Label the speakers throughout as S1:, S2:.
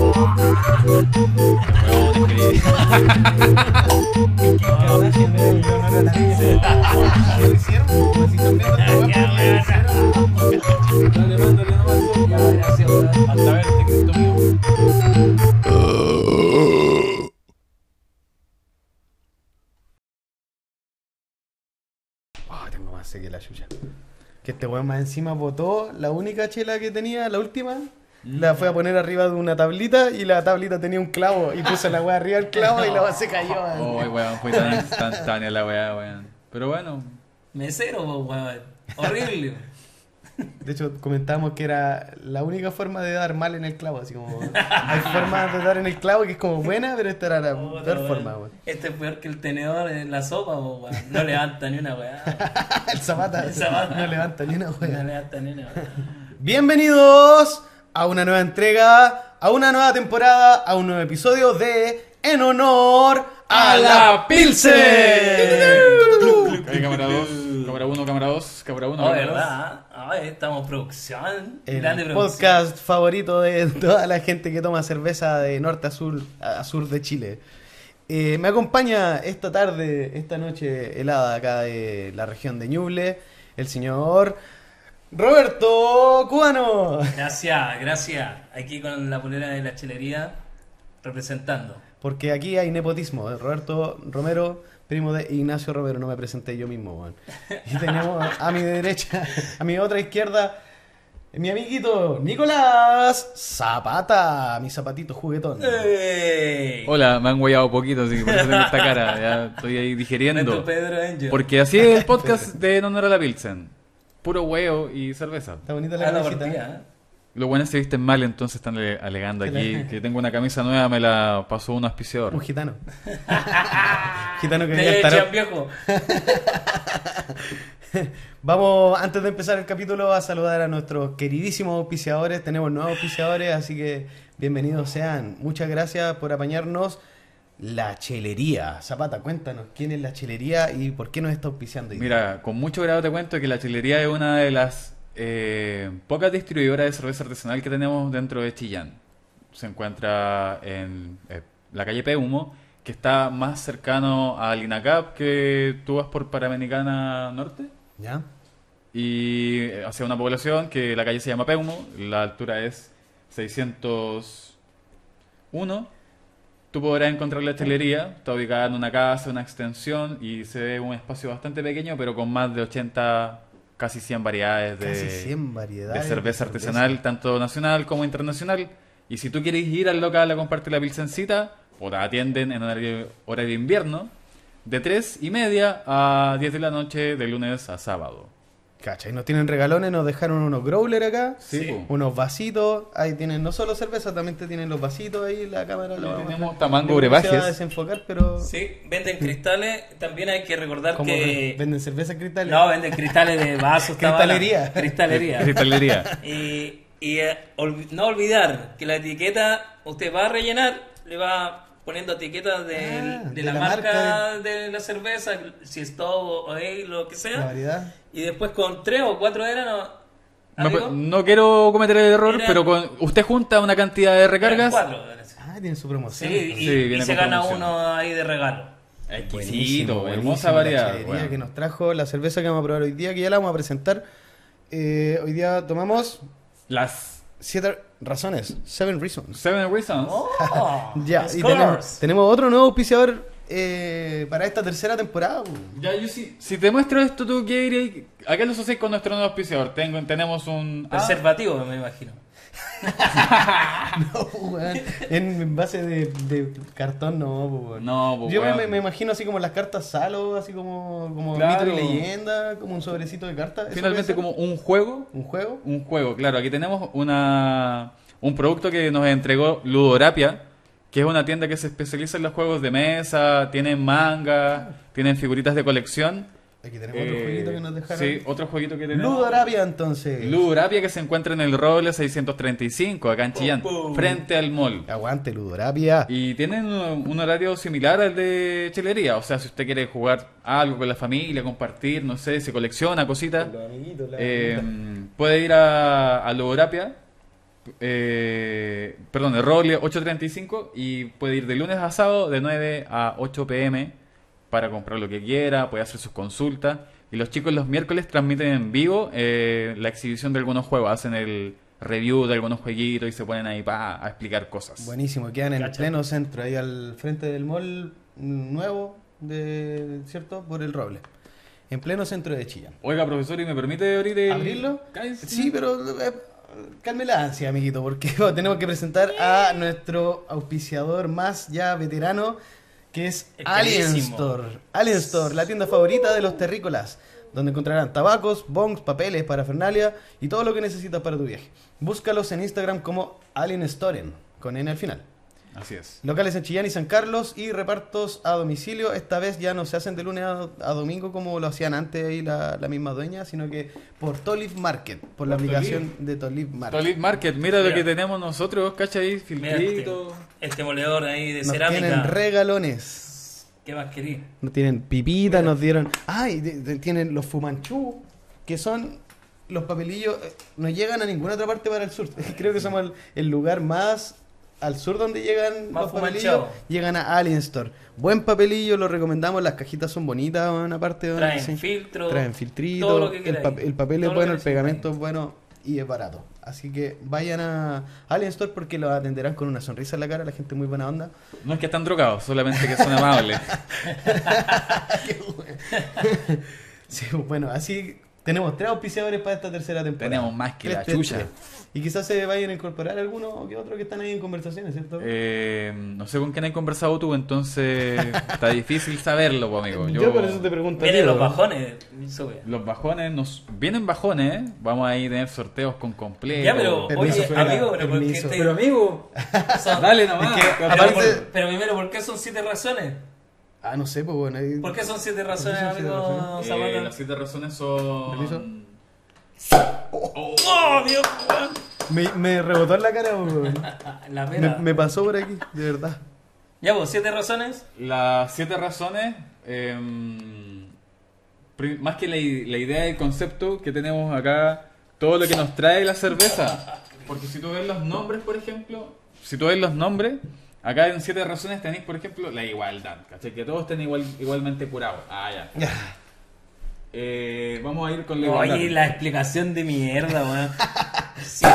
S1: Ah,
S2: Hasta verte, Cristo mío.
S1: Ah, tengo más sed que la chucha. Que este weón más encima botó la única chela que tenía, la última. La fue a poner arriba de una tablita y la tablita tenía un clavo. Y puso la weá arriba del clavo y la weá se cayó. weón.
S2: Uy, weón, fue tan instantánea la weá, weón. Pero bueno,
S3: Mesero, po, weón. Horrible.
S1: De hecho, comentábamos que era la única forma de dar mal en el clavo. Así como, hay formas de dar en el clavo que es como buena, pero esta era la
S3: Puta,
S1: peor
S3: weón.
S1: forma, weón.
S3: Este es peor que el tenedor en la sopa, po, weón. No levanta ni una weá.
S1: El zapata,
S3: El zapata.
S1: no levanta ni una
S3: weón. No
S1: weá.
S3: levanta ni una weá.
S1: Bienvenidos a una nueva entrega, a una nueva temporada, a un nuevo episodio de En Honor a, la Pilsen.
S2: Ahí, cámara 2, cámara 1, cámara 2, cámara 1.
S3: No, Oh, verdad. Ay, estamos producción. Grande
S1: El
S3: producción.
S1: podcast favorito de toda la gente que toma cerveza de norte a sur, a sur de Chile. Eh, me acompaña esta tarde, esta noche helada acá de la región de Ñuble, el señor Roberto Cubano.
S3: Gracias, gracias. Aquí con la polera de la chelería representando.
S1: Porque aquí hay nepotismo. eh, Roberto Romero, primo de Ignacio Romero. No me presenté yo mismo, weón. Y tenemos a mi derecha, a mi otra izquierda, mi amiguito Nicolás Zapata. Mi zapatito juguetón.
S3: ¡Eh! ¡Ey!
S2: Hola, me han guayado poquito, así que por eso tengo esta cara. Ya estoy ahí
S3: Nuestro
S2: digiriendo.
S3: Pedro Angel.
S2: Porque así es el podcast de En Honor a la Pilsen. Puro huevo y cerveza.
S1: Está bonita la
S3: Ah, la
S1: camiseta.
S3: partida.
S2: Los buenos se visten mal, entonces están ale- alegando aquí que tengo una camisa nueva, me la pasó un auspiciador.
S1: Un gitano. gitano que
S3: ¿eh?
S1: venía al
S3: Te
S1: tarot.
S3: echan, viejo.
S1: Vamos, antes de empezar el capítulo, a saludar a nuestros queridísimos auspiciadores. Tenemos nuevos auspiciadores, así que bienvenidos sean. Muchas gracias por apañarnos. La chelería. Zapata, cuéntanos quién es la chelería y por qué nos está auspiciando. hoy día?
S2: Mira, con mucho grado te cuento que la chilería es una de las eh, pocas distribuidoras de cerveza artesanal que tenemos dentro de Chillán. Se encuentra en eh, la calle Peumo, que está más cercano al INACAP que tú vas por Panamericana Norte.
S1: ¿Ya?
S2: Y eh, hacia una población que la calle se llama Peumo, la altura es 601. Tú podrás encontrar la hostelería, está ubicada en una casa, una extensión y se ve un espacio bastante pequeño, pero con más de 80, casi 100 variedades de,
S1: Casi 100
S2: de
S1: variedades.
S2: cerveza artesanal, tanto nacional como internacional. Y si tú quieres ir al local a compartir la pilsencita, o te atienden en horario, horario invierno, de 3 y media a 10 de la noche, de lunes a sábado.
S1: Cacha, y nos tienen regalones, nos dejaron unos growler acá.
S2: Sí, po.
S1: Unos vasitos, ahí tienen no solo cerveza, también te tienen los vasitos ahí, la cámara lo vamos a-
S2: tenemos tamango
S1: Yo creo que se va a
S2: brebajes.
S1: desenfocar, pero
S3: Sí, venden cristales. También hay que recordar
S1: como
S3: que.
S1: venden cerveza en cristales.
S3: No, venden cristales de vasos,
S1: Cristalería.
S3: tabla, Cristalería.
S2: cristalería.
S3: Y, y, eh, olvi- no olvidar que la etiqueta usted va a rellenar, le va poniendo etiquetas del- de,
S1: Ah, de
S3: la,
S1: la
S3: marca,
S1: marca
S3: de la cerveza, si es todo o Ale, lo que
S1: la
S3: sea.
S1: variedad.
S3: Y después con tres o cuatro eran. ¿no?
S2: No,
S3: ¿Amigo?
S2: no quiero cometer el error,
S3: Mira.
S2: pero con, usted junta una cantidad de
S3: Eran
S2: recargas.
S3: cuatro, parece.
S1: Ah, tienen su promoción.
S3: Sí, y,
S2: Sí,
S3: y
S2: viene
S3: se
S2: con
S3: gana
S2: promoción.
S3: uno ahí de regalo.
S2: Exquisito,
S1: Buenísimo,
S2: hermosa
S1: buenísimo,
S2: variedad.
S1: La chelería
S2: weón.
S1: que nos trajo la cerveza que vamos a probar hoy día, que ya la vamos a presentar. Eh, hoy día tomamos
S2: Las
S1: siete razones, seven reasons.
S2: Seven Reasons.
S3: Oh,
S1: Ya, y tenemos,
S3: scores.
S1: tenemos otro nuevo auspiciador eh, para esta tercera temporada. bu.
S2: Ya, yo sí- Si te muestro esto, tú qué dirías? ¿A qué lo asocias con nuestro nuevo auspiciador? Tengo, tenemos un. Ah,
S3: Preservativo, me imagino.
S1: No, weón, en envase de, de cartón, no, bu, weón.
S2: No, bu,
S1: Yo me-
S2: weón.
S1: me, me imagino así como las cartas Salo, así como, como
S2: Claro.
S1: mito y leyenda, como un sobrecito de cartas. ¿eso puede
S2: finalmente,
S1: ser?
S2: como un juego.
S1: un juego.
S2: Un juego, claro. Aquí tenemos una, un producto que nos entregó Ludorapia, que es una tienda que se especializa en los juegos de mesa, tienen manga, tienen figuritas de colección.
S1: Aquí tenemos otro
S2: Eh,
S1: jueguito que nos dejaron.
S2: Sí, otro jueguito que tenemos.
S1: Ludorapia entonces.
S2: Ludorapia que se encuentra en el Roble 635, acá en Chillán,
S1: Oh,
S3: pum.
S2: frente al mall.
S1: Aguante Ludorapia.
S2: Y tienen un un horario similar al de chelería, o sea, si usted quiere jugar algo con la familia, compartir, no sé, Em, se colecciona cositas, eh, puede ir a, a Ludorapia eh, perdón, de Roble 8.35 y puede ir de lunes a sábado de 9 a 8 pm para comprar lo que quiera, puede hacer sus consultas. Y los chicos los miércoles transmiten en vivo eh, la exhibición de algunos juegos, hacen el review de algunos jueguitos y se ponen ahí pa, a explicar cosas.
S1: Buenísimo, quedan en
S3: Cacha.
S1: pleno centro, ahí al frente del mall nuevo, de, ¿cierto? Por el Roble. En pleno centro de Chillán.
S2: Oiga, profesor, ¿y me permite abrir el...
S1: ¿Abrirlo?
S2: Cállate.
S1: Sí, pero eh, calme la ansia, amiguito, porque tenemos que presentar a nuestro auspiciador más ya veterano, que es
S3: El
S1: Alien
S3: carísimo.
S1: Store. Alien Store, la tienda favorita de los terrícolas, donde encontrarán tabacos, bongs, papeles, parafernalia y todo lo que necesitas para tu viaje. Búscalos en Instagram como Alien Storen, con N al final.
S2: Así es.
S1: Locales en Chillán y San Carlos y repartos a domicilio. Esta vez ya no se hacen de lunes a, a domingo como lo hacían antes ahí la, la misma dueña, sino que por Tolif Market, por, la
S2: Por
S1: aplicación de Tolif Market.
S2: Tolip Market, mira, lo
S3: Mira.
S2: que tenemos nosotros, cacha ahí,
S3: Mira, este,
S2: filtrito.
S3: este moledor ahí de
S1: Nos tienen
S3: cerámica.
S1: regalones.
S3: ¿Qué más querís?
S1: Nos tienen pipita, nos dieron... ¡Ay! de- de- tienen los fumanchú, que son los papelillos... eh, No llegan a ninguna otra parte para el sur. Creo que somos el, el lugar más... Al sur donde llegan
S3: Más
S1: los papelillos,
S3: fumanchao.
S1: llegan a Alien Store. Buen papelillo, lo recomendamos, las cajitas son bonitas, van aparte van
S3: Traen
S1: sí.
S3: filtro.
S1: Traen filtrito,
S3: todo lo que
S1: el,
S3: queráis.
S1: pap- el papel
S3: Todo
S1: es bueno,
S3: lo que
S1: el
S3: necesitáis.
S1: pegamento es bueno y es barato. Así que vayan a Alien Store porque lo atenderán con una sonrisa en la cara, la gente muy buena onda.
S2: No es que están drogados, solamente que son amables.
S1: Sí, bueno, así tenemos tres auspiciadores para esta tercera temporada.
S2: Tenemos más que
S1: Tres,
S2: la
S1: tres,
S2: chucha.
S1: tres. Y quizás se vayan a incorporar algunos que otros que están ahí en conversaciones, ¿cierto?
S2: Eh, no sé con quién has conversado tú, entonces está difícil saberlo, pues, amigo.
S1: yo, por eso te pregunto.
S3: Vienen
S1: Diego.
S3: los bajones. Sube.
S2: Los bajones, nos vienen bajones, ¿eh? vamos a ir a tener sorteos con completo.
S3: Ya, pero
S1: permiso,
S3: oye,
S1: fuera,
S3: amigo, pero ¿por qué
S1: permiso.
S3: te...
S1: Pero,
S2: amigo,
S3: son-
S2: dale nomás. eh,
S1: Es que,
S2: Pero-
S3: Pero,
S1: Aparte-
S3: por- pero primero, ¿por qué son siete razones?
S1: Ah, no sé, pues bueno. ahí-
S3: ¿Por qué son siete
S1: qué son
S3: razones,
S1: siete
S3: amigo
S1: razones?
S2: Eh,
S3: Zapata?
S2: las siete razones son.
S1: ¿Permiso?
S3: ¡Oh, Dios!
S1: Me, me rebotó en la cara, pues, weón.
S3: La
S1: me,
S3: pena.
S1: me pasó por aquí, de verdad.
S3: Ya, vos, siete razones.
S2: Las siete razones, em, pri- más que la, i- la idea del concepto que tenemos acá, todo lo que nos trae la cerveza. Porque si tú ves los nombres, por ejemplo, si tú ves los nombres, acá en siete razones tenéis, por ejemplo, la igualdad, ¿cachai? Que todos estén igual, igualmente curados. Ah, ya. Eh, vamos a ir con la igualdad.
S3: Oye, la explicación de mierda, weón. Sí.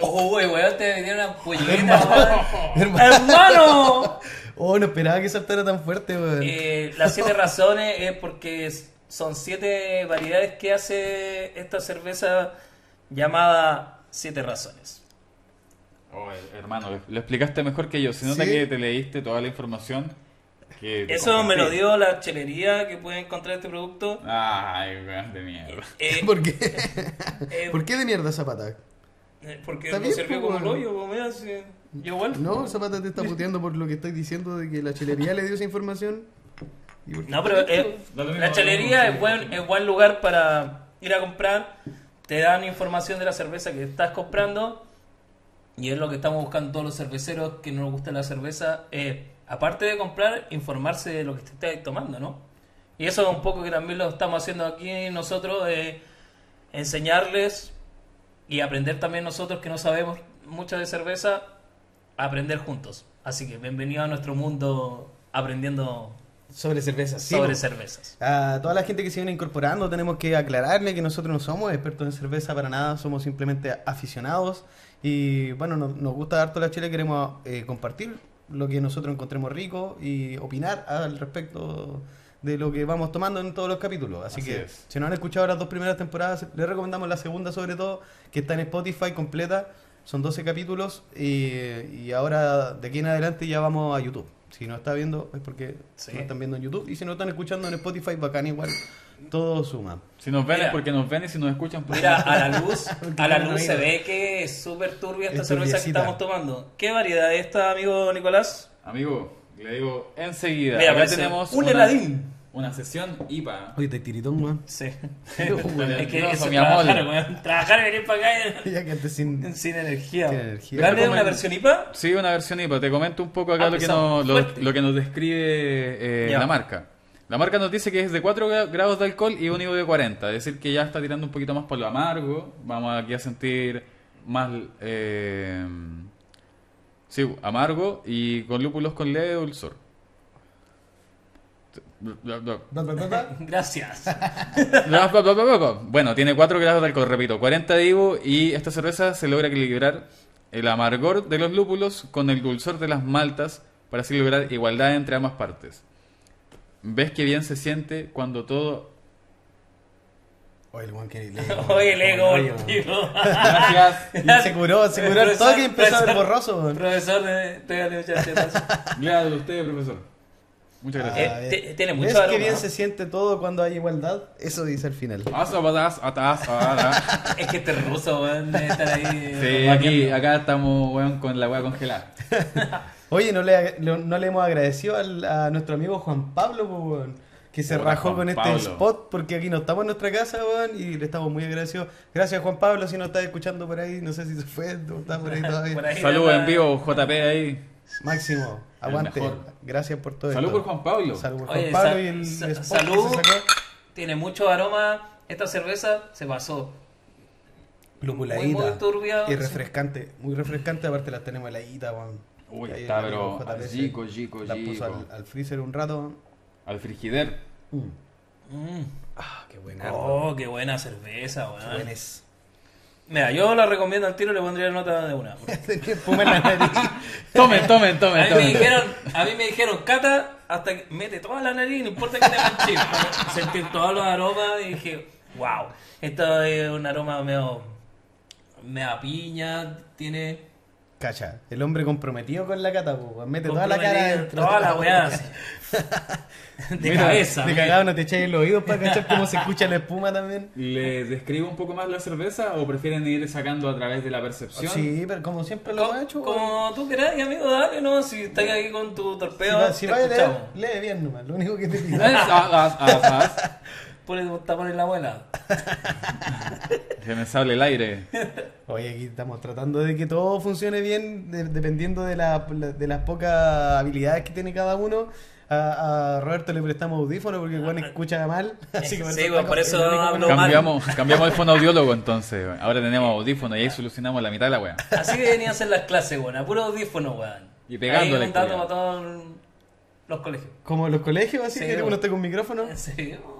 S3: Oh, wey, weón, te metieron una pollita, weón. ¡Hermano!
S1: Oh, no esperaba que saltara tan fuerte, weón.
S3: Eh, las siete razones es porque s- son siete variedades que hace esta cerveza llamada Siete Razones.
S2: Oh, eh, hermano, lo- lo explicaste mejor que yo. Se nota
S1: Sí.
S2: que te leíste toda la información. Que te
S3: Eso me lo
S2: compartí.
S3: dio la chelería que puede encontrar este producto.
S2: Ay, weón, de mierda.
S3: Eh,
S1: ¿Por qué?
S3: eh,
S1: ¿Por qué de mierda Zapata?
S3: eh, porque
S1: Está
S3: lo
S1: bien,
S3: sirvió
S1: pues,
S3: como el
S1: weón.
S3: hoyo, weón, mira, sí. Yo igual.
S1: No, Zapata te está puteando por lo que estás diciendo de que la chelería le dio esa información. ¿Y por qué?
S3: No, pero eh,
S2: Da lo mismo,
S3: la
S2: da lo
S3: chalería
S2: mismo,
S3: es buen, es buen lugar para ir a comprar. Te dan información de la cerveza que estás comprando. Y es lo que estamos buscando todos los cerveceros que no nos gusta la cerveza. eh, aparte de comprar, informarse de lo que te estás tomando, ¿no? Y eso es un poco que también lo estamos haciendo aquí nosotros. eh, enseñarles y aprender también nosotros que no sabemos mucho de cerveza. Aprender juntos. Así que bienvenido a nuestro mundo aprendiendo
S1: Sobre cerveza, sí.
S3: sobre
S1: po.
S3: cervezas.
S1: A toda la gente que se viene incorporando, tenemos que aclararle que nosotros no somos expertos en cerveza para nada, somos simplemente aficionados. Y bueno, no- nos gusta harto la chile, queremos eh, compartir lo que nosotros encontremos rico y opinar al respecto de lo que vamos tomando en todos los capítulos. Así,
S2: Así
S1: que
S2: es.
S1: si no han escuchado las dos primeras temporadas, les recomendamos la segunda sobre todo, que está en Spotify completa. Son 12 capítulos eh, y ahora de aquí en adelante ya vamos a YouTube. Si no está viendo es porque
S3: Sí.
S1: no están viendo en YouTube y si no están escuchando en Spotify, bacán igual. Todo suma.
S2: Si nos ven
S3: Mira.
S2: es porque nos ven y si nos escuchan porque
S3: Mira, a la luz,
S1: Porque
S3: a la
S1: no
S3: luz
S1: hay
S3: se
S1: nada.
S3: ve que es súper turbia esta
S1: Es
S3: cerveza que
S1: turbiecita.
S3: estamos tomando. ¿Qué variedad es esta, amigo Nicolás?
S2: Amigo, le digo enseguida.
S3: Mira,
S2: acá
S3: parece
S2: tenemos
S3: un
S2: una-
S3: heladín.
S2: Una sesión IPA.
S1: Oye, te tiritón, weón.
S3: Sí.
S2: Dale,
S3: es que
S2: nervioso,
S3: eso,
S2: mi amor.
S3: trabajar, weón. Trabajar y venir para acá
S1: ya que antes sin.
S3: en- sin energía.
S1: Sin energía.
S3: ¿Grande
S2: Pero
S3: una
S2: como-
S3: versión IPA?
S2: Sí, una versión IPA. Te comento un poco acá
S3: Ah,
S2: lo, que nos,
S3: empezamos
S2: lo,
S3: fuerte.
S2: lo que nos describe eh,
S3: Ya.
S2: la marca. La marca nos dice que es de 4 gra- grados de alcohol y un IVA de 40. Es decir, que ya está tirando un poquito más por lo amargo. Vamos aquí a sentir más eh, sí, amargo y con lúpulos con leve dulzor.
S3: Gracias.
S2: Bueno, tiene 4 grados de alcohol, repito, 40 de Ibu y esta cerveza se logra equilibrar el amargor de los lúpulos con el dulzor de las maltas para así lograr igualdad entre ambas partes. ¿Ves que bien se siente cuando todo...
S1: Oye, el weón que
S3: Oye, el ego,
S1: Oye, weón.
S3: tío.
S2: Gracias.
S1: Se curó, se curó el
S3: Profesor,
S1: toque y empezó a ver
S3: profesor.
S1: borroso, weón.
S3: Profesor, eh, pégale muchas gracias.
S2: Gracias a usted, profesor. Muchas gracias.
S1: Ah,
S3: Eh,
S1: bien.
S3: te- tiene mucho
S1: ¿Ves
S3: aroma,
S1: que bien
S3: ¿no?
S1: se siente todo cuando hay igualdad? Eso dice al final.
S2: Asa, badas, atas, ara.
S3: Es que este ruso, weón, debe estar ahí.
S2: Sí, aquí, acá estamos, weón, con la weá congelada.
S1: Oye, no le, ag- lo- no le hemos agradecido al- a nuestro amigo Juan Pablo, po, weón, que se
S2: Hola,
S1: rajó
S2: Juan
S1: con este
S2: Pablo.
S1: spot porque aquí no estamos en nuestra casa, weón, y le estamos muy agradecidos. Gracias, Juan Pablo, si nos estás escuchando por ahí, no sé si se fue, no está por ahí todavía.
S3: Por ahí.
S2: Saludos en vivo, JP ahí.
S1: Máximo, aguante.
S2: mejor.
S1: Gracias por todo
S2: Salud
S1: esto.
S2: por Juan Pablo.
S1: Salud por Juan
S3: Oye,
S1: Pablo
S3: sa-
S1: y el
S3: sa-
S1: spot
S3: salud.
S1: que se sacó.
S3: Tiene mucho aroma. Esta cerveza se pasó.
S1: Luculadita.
S3: Muy, muy turbia,
S1: Y
S3: sí.
S1: refrescante, muy refrescante, aparte la tenemos heladita, weón.
S2: Uy,
S1: Ahí
S2: está,
S1: el amigo
S2: pero
S1: JP se
S2: chico, chico,
S1: La puso
S2: chico.
S1: al, al freezer un rato.
S2: Al frigider.
S1: Mm.
S3: Mm.
S1: Ah, qué buen ardo.
S3: Oh, qué buena cerveza,
S1: Qué
S3: weón.
S1: buen es.
S3: Mira, yo la recomiendo al tiro, le pondría nota de una. porque
S1: Tenía espuma en la nariz.
S2: Tomen, tomen,
S3: A
S2: tomen,
S3: mí me
S2: tomen.
S3: dijeron, a mí me dijeron, Cata, hasta que mete toda la nariz, no importa que te manches. Sentí todos los aromas y dije, wow, esto es un aroma medio, medio piña, tiene
S1: Cacha, el hombre comprometido con la cata, po, weón. mete toda la cara adentro.
S3: toda la weá, así. de
S2: Mira,
S3: cabeza.
S1: Te cagado, no te echáis en los oídos para cachar cómo se escucha la espuma también.
S2: ¿Les describo un poco más la cerveza o prefieren ir sacando a través de la percepción?
S1: Sí, pero como siempre lo hemos hecho.
S3: Como,
S1: weón.
S3: como tú querás, amigo, dale, no, si estás aquí con tu
S1: Si,
S3: torpeo,
S1: va- si
S3: te
S1: vas a leer,
S3: escuchamos.
S1: lee bien nomás, lo único que te
S2: Es,
S1: pido.
S2: as, as, as, as.
S3: Ponle un tapón en la abuela.
S2: Se me sale el aire.
S1: Oye, aquí estamos tratando de que todo funcione bien, de- dependiendo de, la- de las pocas habilidades que tiene cada uno. A, a Roberto le prestamos audífonos porque Juan escucha mal. Así que
S3: Ah, Sí, bueno, por
S1: está-
S3: eso
S1: es el único que
S3: hablo
S1: no-
S3: mal.
S2: Cambiamos, cambiamos el fonoaudiólogo entonces. weón. Ahora tenemos audífono y ahí solucionamos la mitad de la weá.
S3: Así deberían ser las clases, weón. A puro audífono, weón.
S2: Y pegándole,
S3: Ahí un dato
S2: culiao.
S3: para todos los colegios.
S1: Como en los colegios, así
S3: Sí,
S1: que uno
S3: bueno.
S1: está con micrófono.
S3: En serio, weón.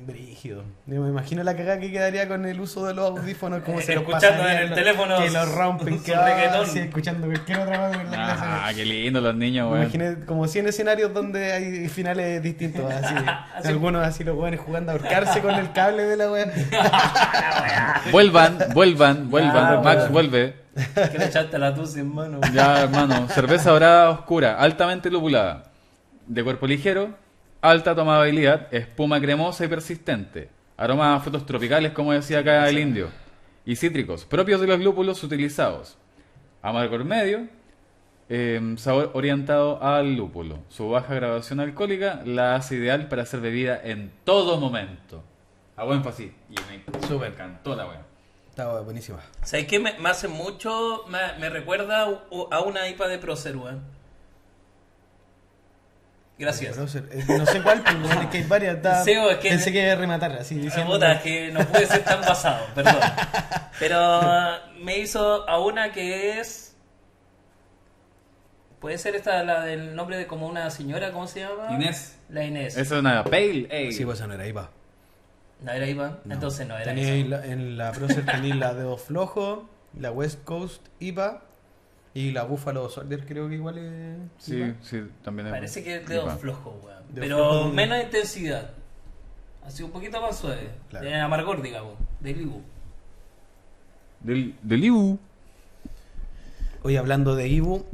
S1: Brígido. Yo me imagino la cagada que quedaría con el uso de los audífonos, como
S3: Eh,
S1: se los
S3: escuchando
S1: pasarían,
S3: en el
S1: lo-
S3: teléfono
S1: Que los rompen,
S3: su
S1: que
S3: reggaetón.
S1: así, escuchando cualquier otra cosa en la clase.
S2: Ah, qué lindo los niños,
S1: Me
S2: weón.
S1: imaginé como 100 escenarios donde hay finales distintos, así.
S3: Así.
S1: Algunos así los weones jugando a ahorcarse con el cable de la wea.
S2: Vuelvan, vuelvan, vuelvan.
S1: Ah,
S2: Max
S1: weón.
S2: vuelve.
S3: Que le echaste la tuya en mano.
S2: Ya, hermano. Cerveza dorada oscura, altamente lupulada. De cuerpo ligero, alta tomabilidad, espuma cremosa y persistente. Aroma a frutos tropicales, como decía acá el indio. Y cítricos, propios de los lúpulos utilizados. Amargor medio, eh, sabor orientado al lúpulo. Su baja graduación alcohólica la hace ideal para ser bebida en todo momento. A buen fácil. Y me super encantó la wea.
S1: Está buenísima.
S3: ¿Sabes qué? Me, me hace mucho. Me, me recuerda u- u- a una IPA de Procer, weón. Gracias.
S1: Pero, pero, eh, No sé cuál, pero bueno, es que hay varias. está-
S3: Sí, o es que-
S1: Pensé que iba a rematar así
S3: La
S1: diciendo.
S3: puta, es que no puede ser tan basado, perdón. Pero me hizo a una que es. Puede ser esta, la del nombre de como una señora, ¿cómo se llama?
S2: Inés.
S3: La Inés.
S2: Esa es una pale ale.
S1: Sí, pues no era IPA.
S3: ¿No era IPA?
S1: No.
S3: Entonces no era
S1: Tenía
S3: esa.
S1: la- en la Procer tenéis la Dedo Flojo, la West Coast IPA y la Buffalo Soldier, creo que igual es.
S2: Sí,
S1: IPA.
S2: sí, también es-
S3: Parece que es dedo
S2: Ipa.
S3: flojo, weón.
S1: Dedo
S3: Pero
S1: flojo con-
S3: menos intensidad. Así un poquito más suave.
S1: Claro.
S3: De amargor, digamos. De vivo.
S2: Del, del Ibu.
S1: Hoy hablando de IBU,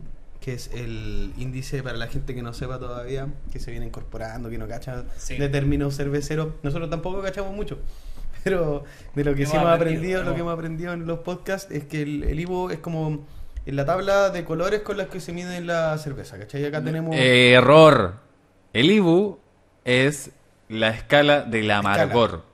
S1: que es el índice para la gente que no sepa todavía, que se viene incorporando, que no cacha
S3: Sí.
S1: de términos cerveceros. Nosotros tampoco cachamos mucho, pero de lo que
S3: Hemos
S1: sí hemos
S3: aprendido,
S1: aprendido, lo que
S3: hemos-
S1: hemos aprendido en los podcasts es que el, el IBU es como en la tabla de colores con las que se mide la cerveza, ¿cachai? Acá tenemos...
S2: Eh, error. El Ibu es la escala del amargor.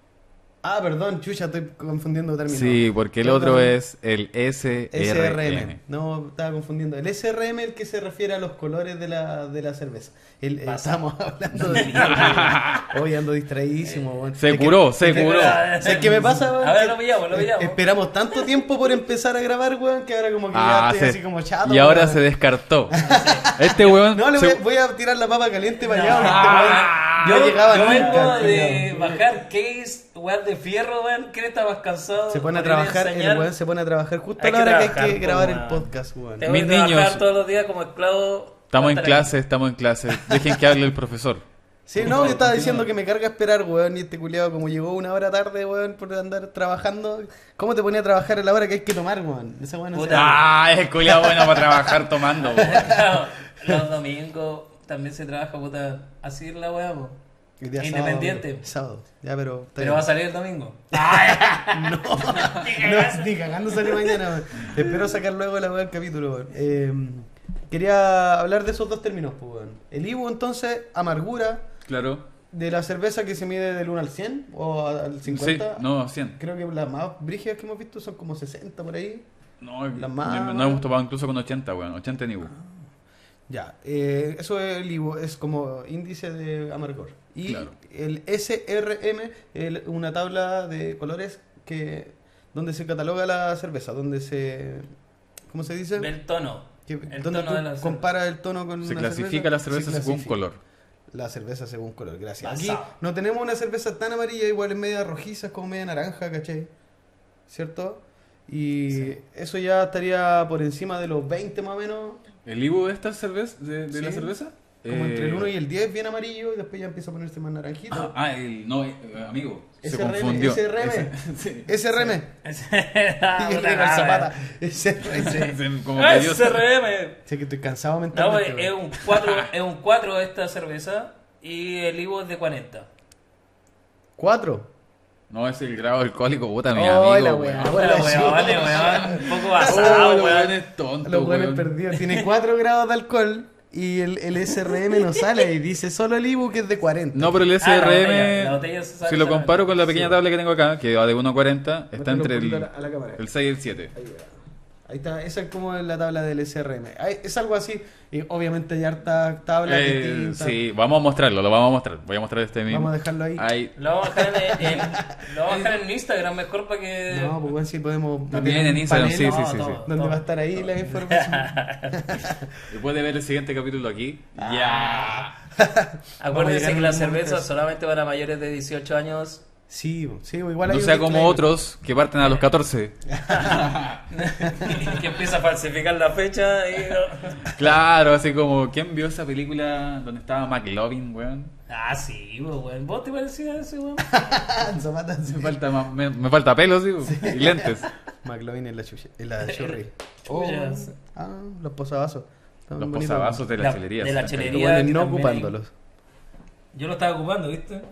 S1: Ah, perdón, chucha, estoy confundiendo términos.
S2: Sí, porque el otro
S1: Perdón.
S2: es el
S1: SRM.
S2: SRM.
S1: No, estaba confundiendo. El SRM es el que se refiere a los colores de la, de la cerveza. El, eh, estamos hablando de... Hoy ando distraídísimo. weón.
S2: Se
S1: Es que-
S2: curó,
S1: es
S2: se
S1: que-
S2: curó.
S1: o sea, es que me pasa, weón,
S3: A ver,
S1: que
S3: lo pillamos, lo
S1: es-
S3: pillamos.
S1: Esperamos tanto tiempo por empezar a grabar, weón, que ahora como que ya
S2: Ah,
S1: estoy
S2: se-
S1: así como chato.
S2: y ahora
S1: weón. Ah,
S2: se descartó. Este weón.
S1: No, le voy,
S2: se-
S1: a- voy a tirar la papa caliente para allá.
S3: Ah,
S1: porque este weón no
S3: yo,
S1: llegaba
S3: yo
S1: nunca,
S3: vengo de
S1: culiao.
S3: bajar case, weón, de fierro, weón. ¿Quién está más cansado?
S1: Se pone a
S3: Poner
S1: trabajar,
S3: enseñar.
S1: el weón se pone a trabajar justo a
S3: Hay
S1: la
S3: que
S1: hora que hay
S3: trabajar,
S1: que
S3: po,
S1: grabar el
S3: weón. Eh,
S1: podcast, weón.
S3: Tengo
S2: Mis
S3: que trabajar
S2: niños-
S3: todos los días como esclavo.
S2: Estamos en
S3: hasta la-
S2: clase, estamos en clase. Dejen que hable el profesor.
S1: Sí, no, yo estaba diciendo que me carga esperar, weón, y este culiado como llegó una hora tarde, weón, por andar trabajando. ¿Cómo te ponía a trabajar a la hora que hay que tomar, weón? Esa weón no se
S3: Puta.
S1: hace.
S2: Ah, es culiado bueno para trabajar tomando. weón.
S3: Claro, los domingos también se trabaja, puta. Así es la weá, po.
S1: Y día
S3: Independiente.
S1: Sábado, sábado. ya, pero... está
S3: Pero
S1: bien.
S3: va a salir el domingo.
S1: No, ni cagando sale mañana, weón. Espero sacar luego la weá del capítulo, weón. Eh, quería hablar de esos dos términos, pues, weón. El Ibu, entonces, amargura
S2: Claro.
S1: de la cerveza que se mide del 1 al 100 o al 50.
S2: Sí, no, 100.
S1: Creo que las más brígidas que hemos visto son como 60 por ahí.
S2: No,
S1: La Ah,
S2: no
S1: mano.
S2: no hemos topado incluso con 80, weón. 80 en Ibu.
S1: Ya, eh, eso es el IVO, es como índice de amargor. Y
S2: Claro.
S1: el SRM, el- una tabla de colores que donde se cataloga la cerveza, donde se... ¿Cómo se dice?
S3: Ve el tono.
S1: Que-
S3: el
S1: donde
S3: tono
S1: tú
S3: de la cerveza.
S1: compara el tono con
S2: Se
S1: una
S2: clasifica la cerveza
S1: se
S2: según color.
S1: La cerveza según color, gracias. Aquí
S3: Avanzado.
S1: no tenemos una cerveza tan amarilla, igual es media rojiza, es como media naranja, ¿cachai? ¿Cierto? Y eso ya estaría por encima de los 20 más o menos.
S2: ¿El Ibu de esta cerveza? ¿De, de la
S1: Sí.
S2: cerveza?
S1: Como entre el
S2: Eh,
S1: 1 y el 10, bien amarillo, y después ya empieza a ponerse más naranjito.
S2: Ah, ah, el, no, eh, amigo. Se
S1: SRM,
S2: confundió.
S1: SRM.
S2: Ese- sí.
S1: SRM.
S3: Ah,
S1: Y el
S3: puta
S1: River
S3: la
S1: Zapata.
S3: weá.
S1: SRM.
S2: Se- Como
S3: Ah,
S2: que dio-
S3: SRM.
S1: Sé que estoy cansado
S3: No,
S1: mentalmente.
S3: pues, es
S1: weón.
S3: un 4, es un 4 esta cerveza y el Ivo es de 40.
S1: ¿Cuatro?
S2: No, es el grado alcohólico, puta, mi
S1: Oh,
S2: amigo.
S1: la
S2: weón.
S1: weá,
S3: Hola,
S1: la
S3: weón,
S1: chucha.
S3: weón, un poco
S2: Oh,
S3: basado,
S2: los
S3: weón.
S2: weones tontos,
S1: Los buenos
S2: weón.
S1: perdidos. Tiene 4 grados de alcohol y el, el SRM no sale. Y dice solo el Ibu que es de 40.
S2: No, pero el
S3: Ah, la botella,
S2: SRM,
S3: la botella se sabe
S2: si lo
S3: solamente.
S2: comparo con la pequeña
S1: Sí.
S2: tabla que tengo acá, que va de 1 a 40, está
S1: Muéstralo
S2: entre
S1: un
S2: el,
S1: poquito a la- a la cámara.
S2: el 6 y el 7.
S1: Ahí, va. Ahí está, esa es como la tabla del SRM. Ahí- Es algo así. Y obviamente hay harta tabla
S2: Eh,
S1: distinta.
S2: sí, vamos a mostrarlo, lo vamos a mostrar. Voy a mostrar este mismo.
S1: Vamos a dejarlo ahí.
S3: Lo vamos a dejar en, en- lo vamos a dejar en Instagram, mejor para que.
S1: No, pues bueno, sí podemos.
S2: También
S1: meter
S2: en
S1: un
S2: Instagram,
S1: panel
S2: sí,
S3: no,
S2: sí, sí, sí.
S3: todo.
S1: Donde va a estar ahí la información.
S2: Y puede ver el siguiente capítulo aquí.
S1: Ah. Vamos a
S3: Acuérdense
S1: llegar
S3: que
S1: a
S3: la
S1: un momento
S3: cerveza
S1: de eso.
S3: solamente para mayores de 18 años.
S1: Sí, pues, sí, igual
S2: Ya.
S1: hay
S2: No
S1: un
S2: sea como
S1: disclaimer.
S2: otros que parten a
S1: Eh.
S2: los 14.
S3: que empieza a falsificar la fecha y.
S2: Claro, así como, ¿quién vio esa película donde estaba McLovin, weón?
S3: Ah, sí, pues, weón. ¿Vos te parecías ese, weón?
S1: Zapata, sí.
S2: Me falta, ma- me, me falta pelo, sí, y lentes.
S1: McLovin en la chucha. En la churri. Oh,
S3: Chullas.
S1: Ah, los posavasos. Están
S2: Los
S1: bonitos.
S2: posavasos de la
S3: La-
S2: chelería.
S3: de la
S2: están
S3: chelería.
S1: Los buenos
S3: que
S1: no
S3: también-
S1: ocupándolos.
S3: Yo lo estaba ocupando, ¿viste?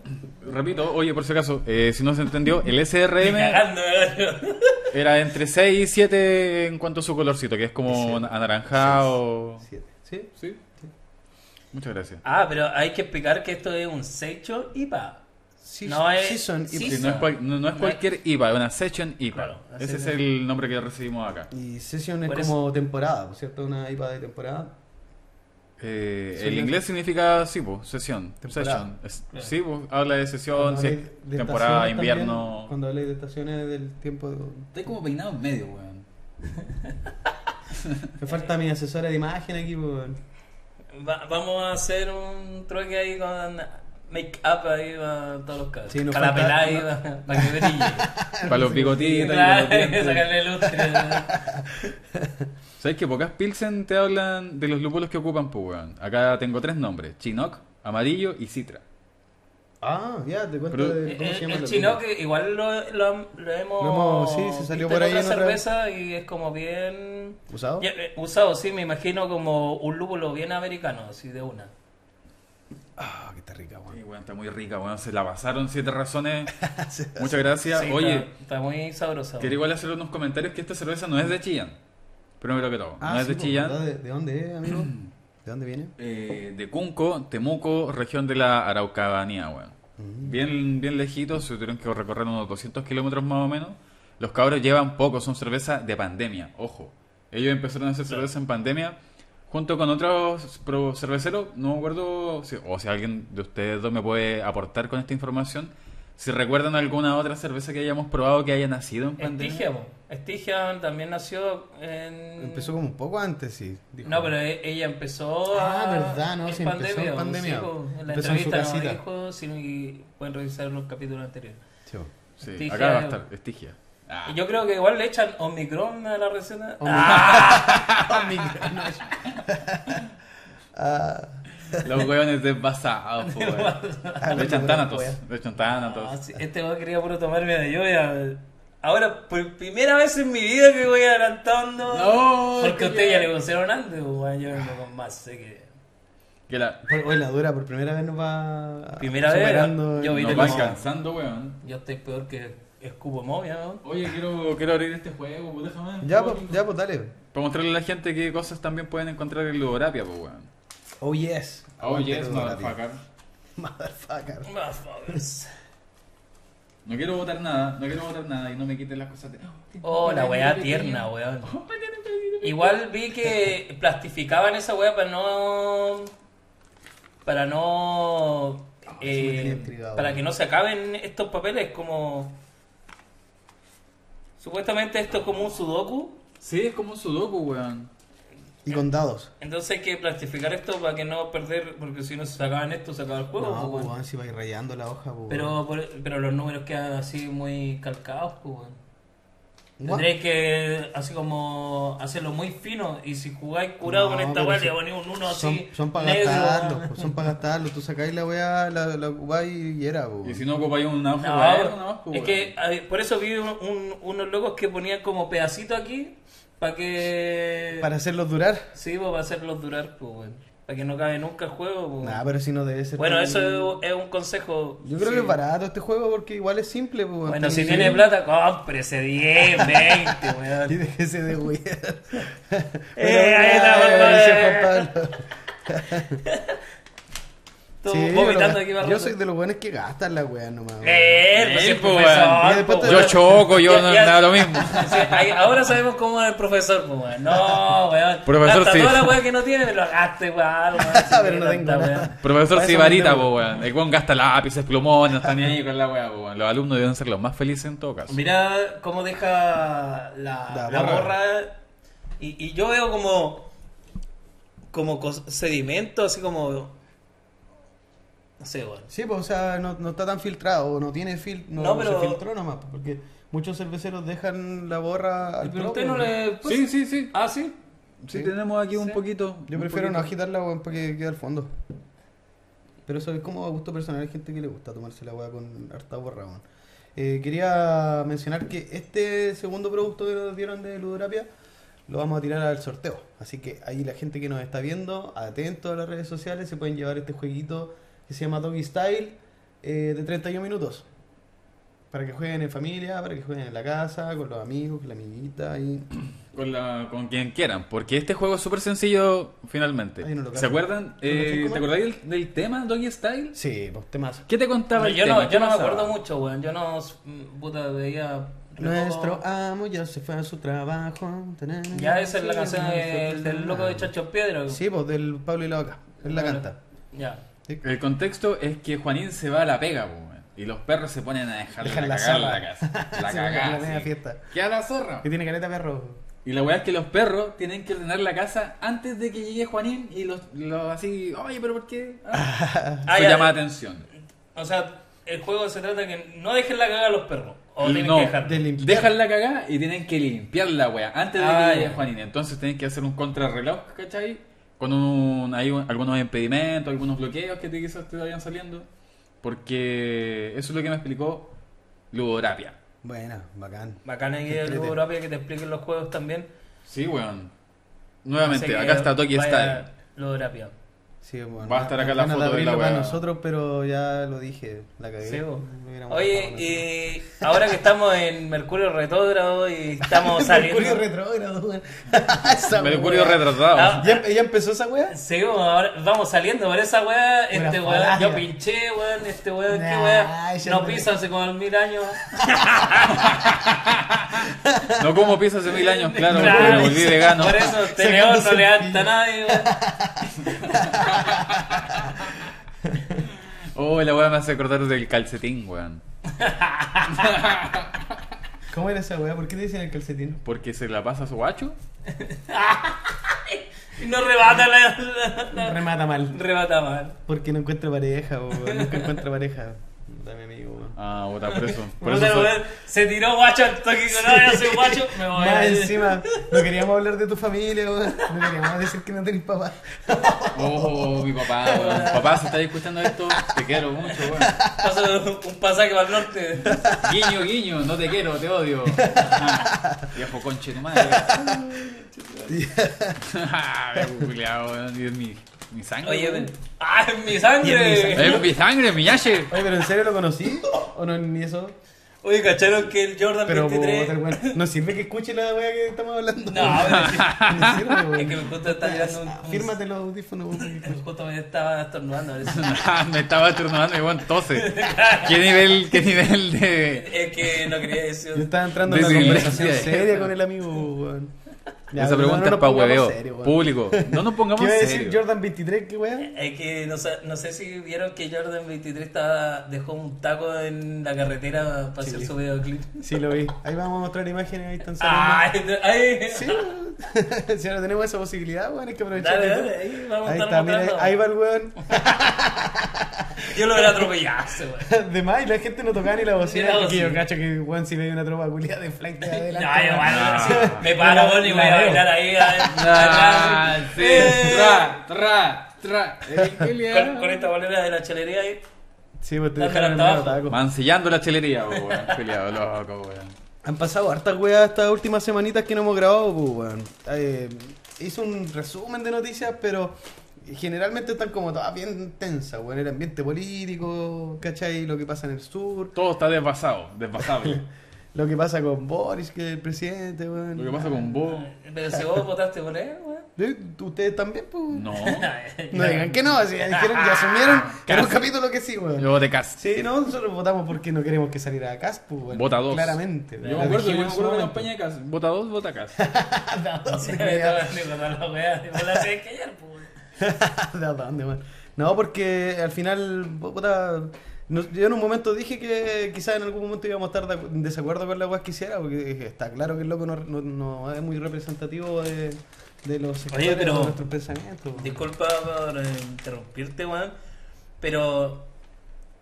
S2: Repito, oye, por si acaso, eh, si no se entendió, el SRM
S3: Cagando, weón.
S2: era entre 6 y 7 en cuanto a su colorcito, que es como
S1: Sí.
S2: anaranjado.
S1: Siete. ¿Sí?
S2: ¿Sí? Muchas gracias.
S3: Ah, pero hay que explicar que esto es un Seicho IPA.
S1: Sí,
S3: No es-
S1: sí son. y-
S3: sí
S2: Sí, no, es cual- no- no es
S3: No
S2: cualquier IPA, es una Session IPA.
S3: Claro, así
S2: Ese es
S3: es.
S2: el nombre que recibimos acá.
S1: Y Session es
S3: Por
S1: como temporada, ¿por cierto? Una IPA de temporada.
S2: Eh,
S1: Sí,
S2: el
S1: no-
S2: inglés significa SIBO, sesión.
S1: Temporada.
S2: Session. Es-
S3: Claro.
S2: SIBO habla de sesión,
S1: Cuando
S2: si
S1: habléis
S2: es
S1: de
S2: temporada,
S1: estaciones
S2: invierno.
S1: también, cuando habléis de estaciones del tiempo. de-
S2: Estoy como peinado en medio, weón.
S1: Me falta mi asesora de imagen aquí, pues. weón.
S3: Va- vamos a hacer un truque ahí con make-up ahí para todos los casos.
S1: Sí, nos
S3: para la
S1: falta-
S3: pelada ahí, para, para que brille.
S2: Para los bigotitos. y para
S3: Claro,
S2: los dientes.
S3: sacarle lustre.
S2: ¿Sabes que pocas Pilsen te hablan de los lúpulos que ocupan, pues, weón? Acá tengo tres nombres: Chinook, Amarillo y Citra.
S1: Ah, ya, te cuento
S2: Pero-
S1: de
S3: El,
S1: cómo se llama.
S3: el
S1: la
S3: chino
S1: tienda.
S3: que igual lo, lo, lo hemos...
S1: Lo hemos- sí, se salió
S3: visto
S1: por
S3: en
S1: ahí
S3: otra
S1: en otra-
S3: cerveza y es como bien...
S1: ¿Usado?
S3: Ya, eh, usado, sí, me imagino como un lúpulo bien americano, así de una.
S1: Ah, que está rica, weón.
S2: Sí, weón, está muy rica, weón. Se la pasaron siete razones. Muchas gracias.
S3: Sí,
S2: Oye,
S3: Está, está muy sabroso.
S2: quería igual hacer unos comentarios que esta cerveza no es de Chillán. Primero que todo,
S1: Ah,
S2: no es
S1: sí,
S2: de
S1: pues,
S2: Chillán. Mm.
S1: ¿verdad? ¿De, de dónde es, amigo? ¿De dónde viene?
S2: Eh, de Cunco, Temuco, región de la Araucanía, weón. bien, bien lejitos, se tuvieron que recorrer unos 200 kilómetros más o menos. Los cabros llevan poco, son cerveza de pandemia, ojo. Ellos empezaron a hacer cerveza en pandemia junto con otros pro- cerveceros. No me acuerdo, si- o si alguien de ustedes dos me puede aportar con esta información. Si recuerdan alguna otra cerveza que hayamos probado que haya nacido en
S3: Eh,
S2: pandemia.
S3: Estigia, po. Estigia también nació en...
S1: Empezó como un poco antes, sí. dijo.
S3: No, pero e- ella empezó
S1: Ah,
S3: a-
S1: verdad, no, sí, empezó en
S3: po,
S1: pandemia.
S3: sí, po. En la
S1: Empezó en su
S3: entrevista nos
S1: casita.
S3: dijo, si no- pueden revisar los capítulos anteriores.
S1: Sí, bueno.
S2: Sí,
S3: Estigia. Ah,
S2: acá va a estar, Estigia.
S3: Y yo creo que igual le echan Omicron a la receta.
S1: Omicron.
S3: ¡Ah!
S1: Oh, Omicron, no, es- Ah,
S2: Los hueones desbasados, po, weón. Le echan Thanatos. Le echan Thanatos.
S3: Ah, sí, este weón quería puro tomarme de lluvia. Ahora, por primera vez en mi vida que voy adelantando.
S2: No,
S3: porque
S2: que
S3: a usted
S2: ya-
S3: ya le pusieron antes, pues, weón. Yo vengo con más, sé que.
S2: Que la.
S1: por- Hoy la dura por primera vez nos va
S3: Primera vez,
S1: superando
S3: yo
S1: en-
S3: vi
S2: Nos
S3: Oíte
S2: van
S3: cómo-
S2: cansando, weón.
S3: Yo estoy peor que escupo momia, weón.
S2: Oye, quiero, quiero abrir este juego, pues, déjame.
S1: Ya, pues, ya, pues, dale.
S2: Para mostrarle a la gente qué cosas también pueden encontrar en Ludorapia, pues, weón.
S1: Oh, yes.
S2: Oh, yes,
S1: Aguante,
S2: motherfucker.
S1: Motherfucker.
S3: Motherfuckers.
S2: No quiero votar nada, no quiero votar nada y no me quiten las cosas. De...
S3: Oh, la weá tierna, weón. Igual vi que plastificaban esa weá para no. Para no.
S1: Ah, sí me
S3: eh,
S1: tenía intrigado,
S3: para
S1: weón.
S3: que no se acaben estos papeles, como. Supuestamente esto es como un sudoku.
S2: Sí, es como un sudoku, weón.
S1: Y con dados.
S3: Entonces hay que plastificar esto para que no perder, porque si no se sacaban esto, se acaba el juego.
S1: No,
S3: weón.
S1: pues, weón, si vais rayando la hoja, pues,
S3: Pero, por- pero los números quedan así muy calcados, pues, weón.
S1: weón.
S3: Tendréis que, así como, hacerlo muy fino. Y si jugáis curado
S1: No,
S3: con esta
S1: pero
S3: weá,
S1: si-
S3: le ponéis un 1
S1: Son,
S3: así.
S1: son para
S3: negro,
S1: gastarlos,
S3: weón.
S1: pues, son para gastarlos. Tú sacáis la weá, la, la ocupáis y era, pues.
S2: Y si no ocupáis un
S3: No,
S2: auge,
S3: weón.
S2: weón, nada más, pues,
S3: es que a ver, por eso vi un- un- unos locos que ponían como pedacito aquí para que.
S1: Para hacerlos durar.
S3: Sí, pues, para hacerlos durar, pues, weón. Para que no cabe nunca el juego, pues,
S1: Nah,
S3: weón.
S1: pero si no debe ser.
S3: Bueno,
S1: tan-
S3: eso es, es un consejo.
S1: Yo creo
S3: sí.
S1: que es barato este juego porque igual es simple, pues. weón.
S3: Bueno, si
S1: Sí.
S3: tiene plata, cómprese 10, 20,
S1: Y
S3: weón.
S1: déjese de weón.
S3: Eh, ahí está,
S1: eh, dice Juan
S3: papá.
S1: Pablo.
S3: Estoy
S1: Sí,
S3: vomitando
S1: pero
S3: aquí para
S1: Yo soy de los buenos que gastan la weá nomás. weón.
S3: Eh, pues,
S2: Sí,
S3: el
S2: pues,
S3: profesor,
S1: y después
S3: pues,
S1: te-
S2: Yo
S3: weón.
S2: choco, yo
S3: Ya-
S2: no
S3: ya-
S2: nada lo mismo.
S3: Sí, ahí- ahora sabemos cómo es el profesor, pues, weón. No, weón.
S2: Profesor,
S3: Gasta
S2: sí.
S3: toda la weá que no tiene, pero gasta igual, weón. Sí,
S1: Pero no
S3: tanta
S1: tengo nada.
S3: weá.
S2: Profesor
S1: Para eso
S2: Sibarita,
S1: vendemos.
S2: po, weón. El weón gasta lápices, plumones, están ni ahí con la weá, po, weón. Los alumnos deben ser los más felices en todo caso.
S3: Mira cómo deja la,
S1: La
S3: la
S1: borra.
S3: borra. Y, y yo veo como. Como cos- sedimento, así como. No sé, weón.
S1: Sí, pues, o sea, no, no está tan filtrado, o no tiene fil no,
S3: No, pero-
S1: se filtró nomás, pues, porque muchos cerveceros dejan la borra al
S3: Pero
S1: pro,
S3: usted no
S1: pues.
S2: Sí,
S3: le.
S2: sí, sí.
S3: Ah, sí.
S2: Sí, tenemos aquí un poquito.
S1: Yo
S2: un
S1: prefiero no
S2: poquito.
S1: agitarla, weón, para que quede al fondo. Pero eso es como a gusto personal, hay gente que le gusta tomarse la weá con harta borra, weón. Eh, quería mencionar que este segundo producto que nos dieron de Ludorapia lo vamos a tirar al sorteo. Así que ahí la gente que nos está viendo, atento a las redes sociales, se pueden llevar este jueguito que se llama Doggy Style eh, de 31 minutos. Para que jueguen en familia, para que jueguen en la casa, con los amigos, con la amiguita. Y...
S2: Con, la, con quien quieran, porque este juego es súper sencillo finalmente.
S1: Ay, no lo cacho.
S2: ¿Se acuerdan?
S1: ¿Tú lo cachai
S2: Eh,
S1: cómo
S2: ¿Te
S1: es?
S2: acordáis del, del tema Doggy Style?
S1: Sí, pues temas.
S2: ¿Qué te contaba el
S3: yo
S2: tema?
S3: no,
S2: ¿Qué
S3: yo no me
S2: pasaba?
S3: acuerdo mucho, weón. Yo no. mm, Puta, veía.
S1: Nuestro
S3: Loco.
S1: amo ya se fue a su trabajo. Tanana.
S3: Ya esa es la
S1: Sí,
S3: canción
S1: no,
S3: del, del loco de Chacho Piedra. weón.
S1: Sí, pues del Pablo y la Vaca. Él la
S3: Claro.
S1: canta.
S3: Ya.
S1: Sí.
S2: El contexto es que Juanín se va a la pega, po, weón, y los perros se ponen a dejar
S1: Dejan
S2: la
S1: la
S2: cagar
S1: zorra.
S2: la casa. La
S1: Se van a
S2: cagá,
S1: la media
S2: sí.
S1: fiesta.
S2: Queda la zorra.
S1: Que tiene caleta de perro.
S2: Y la weá es que los perros tienen que ordenar la casa antes de que llegue Juanín y los, los así, oye, pero ¿por qué? Ah.
S3: Ah,
S2: Eso
S3: ya.
S2: llama la atención.
S3: O sea, el juego se trata de que no dejen la cagada a los perros. O tienen
S2: No,
S3: que dejar.
S1: de limpiar.
S2: Dejan la cagada y tienen que limpiar la wea antes de
S3: Ah,
S2: que llegue
S3: ya.
S2: Juanín. Entonces tienen que hacer un contrarreloj, ¿cachai? Con un, hay un- algunos impedimentos, algunos bloqueos que te, quizás te vayan saliendo. Porque eso es lo que me explicó Ludorapia.
S1: Bueno, bacán.
S3: Bacana que el
S1: Entrete.
S3: juego rápido que te expliquen los juegos también.
S2: Sí, weón. Nuevamente,
S3: Así que
S2: acá está Toki
S3: vaya
S2: Style.
S3: Ludorapia.
S1: Sí, bueno,
S2: Va a estar acá
S1: nos
S2: la
S1: van a
S2: foto
S1: dar
S2: de la
S1: abrirlo para
S2: weá.
S1: nosotros, pero ya lo dije, la cagué.
S3: Sí, vos.
S1: Lo hubiéramos
S3: Oye,
S1: dejado, ¿no?
S3: y ahora que estamos en Mercurio Retógrado y estamos saliendo.
S1: Mercurio retrógrado, weón. Esa
S2: Mercurio
S1: weá.
S2: retratado.
S3: Ah,
S1: ¿Ya, ya empezó esa weá?
S3: Sí, vos, ahora vamos saliendo por esa weá. Este
S1: Pura
S3: weón, yo
S1: falacia.
S3: pinché, weón. Este weón, qué
S1: Nah,
S3: weá.
S1: ya
S3: No
S1: no.
S3: pisa hace como mil años.
S2: No como pizza hace mil años, claro,
S3: Claro.
S2: porque me volví vegano.
S3: Por eso, este
S1: Sacándose
S3: león no
S1: el
S3: levanta
S1: pillo.
S3: a nadie, weón.
S2: Oh, la weá me hace acordar del calcetín, weón.
S1: ¿Cómo era esa weá? ¿Por qué te dicen el calcetín?
S2: Porque se la pasa a su guacho.
S3: Y no rebata la. la- la-
S1: Remata mal.
S3: rebata mal.
S1: Porque no encuentra pareja, weón. Nunca encuentra pareja. Dame amigo, weón.
S2: Ah, puta, por eso. Por
S3: Puta,
S2: eso soy-
S3: weón, Se tiró guacho al toque con no, eh. yo soy guacho, me voy a
S1: Más encima, no queríamos hablar de tu familia, weón. No queríamos decir que no tenés papá.
S2: Oh, mi papá, weón. Papá, si estás escuchando esto, te quiero mucho, weón.
S3: Paso un pasaje para el norte.
S2: Guiño, guiño, no te quiero, te odio. Ah, viejo conche tu madre. Ah, viejo culiao, weón. Y Es mi, mi sangre.
S3: Oye,
S2: weón.
S3: ven. ¡Ah, es mi sangre!
S2: Es mi sangre, mi yache.
S1: Oye, pero ¿en serio lo conocí? ¿O no ni eso?
S3: Oye, ¿cacharon que el Jordan
S1: Pero,
S3: 23?
S1: puta, weón, no sirve que escuche la weá que estamos hablando.
S3: No, weón,
S1: No sirve, weón. Ah,
S3: es que me justo está tirando un. un-
S1: Fírmate los audífonos, weón.
S3: me- Justo me estaba estornudando. parece.
S2: Ah, me estaba turnando y bueno, entonces. ¿Qué nivel, qué nivel de.
S3: Es que no quería
S1: Yo
S3: decir.
S1: estaba entrando en una
S2: Desingresa,
S1: conversación
S2: eh.
S1: seria con el amigo, weón. Ya,
S2: Esa
S1: pero no
S2: pregunta
S1: nos
S2: es para
S1: pongamos
S2: hueveo.
S1: serio, weón.
S2: Público, no nos pongamos
S1: ¿Qué iba a
S2: serios.
S1: decir Jordan 23? ¿Qué weón?
S3: Es que no, sé- no sé si vieron que Jordan 23 estaba, dejó un taco en la carretera para hacer
S1: Sí.
S3: su videoclip.
S1: Sí, lo vi. Ahí vamos a mostrar imágenes, ahí están
S3: ¡Ay!
S1: saliendo.
S3: ay.
S1: Sí, weón. si ahora tenemos esa posibilidad, weón, hay que aprovechar.
S3: Dale, dale, ahí vamos a
S1: Ahí
S3: estar
S1: está, mira, ahí,
S3: mostrando.
S1: ahí va el weón.
S3: Yo lo hubiera atropellado, ese weón.
S1: De más, y la gente no tocaba ni la
S3: Ni
S1: bocina.
S3: la
S1: porque yo
S3: bocina.
S1: cacho que weón si veía una tropa culiada de flank de
S3: No,
S1: adelante.
S3: yo,
S1: weón.
S3: bueno,
S2: Ah.
S3: sí, me paro bueno, y voy a
S1: La veo.
S3: bailar ahí.
S2: Ah,
S3: a-
S2: sí.
S3: Eh,
S2: Tra, tra, tra.
S1: Eh,
S2: Eh, El
S3: Con,
S2: culiao.
S3: con esta bolera de la chalería ahí.
S1: Sí, pues te
S3: Dándole
S1: dejaron el
S3: hasta
S1: medio
S3: abajo.
S1: taco.
S2: Mancillando la chelería, po, weón. Culiao, loco, weón.
S1: Han pasado hartas weas estas últimas semanitas que no hemos grabado, pues, weón. Eh, hice un resumen de noticias, pero generalmente están como todas bien tensas, weón. El ambiente político, ¿cachai? Lo que pasa en el sur,
S2: Todo está desbasado, desbasable.
S1: lo que pasa con Boris, que es el presidente, weón.
S2: Lo que pasa con vos.
S3: Pero si vos votaste por él, weón.
S1: Eh, ¿Ustedes también, pues? weón.
S2: No.
S1: No digan que no, si ya dijeron, ya asumieron en un capítulo que sí, weón.
S2: Yo de casa.
S1: Sí, no, nosotros votamos porque no queremos que saliera a Caspu, weón.
S2: Vota dos.
S1: Claramente.
S2: Yo me acuerdo, yo me acuerdo de la campaña de casa. Vota dos, vota casa.
S3: Sí, me estaba haciendo la wea, tipo, la sé que ayer, pues, weón.
S1: ¿De a dónde, weón? No, porque al final, puta, no- yo en un momento dije que quizás en algún momento íbamos a estar de- en desacuerdo con la weá que hiciera, porque dije, está claro que el loco no, no- no es muy representativo de, de los sectores
S3: Oye, pero-
S1: de nuestros pensamientos. weón.
S3: Disculpa por eh, interrumpirte, weón. Pero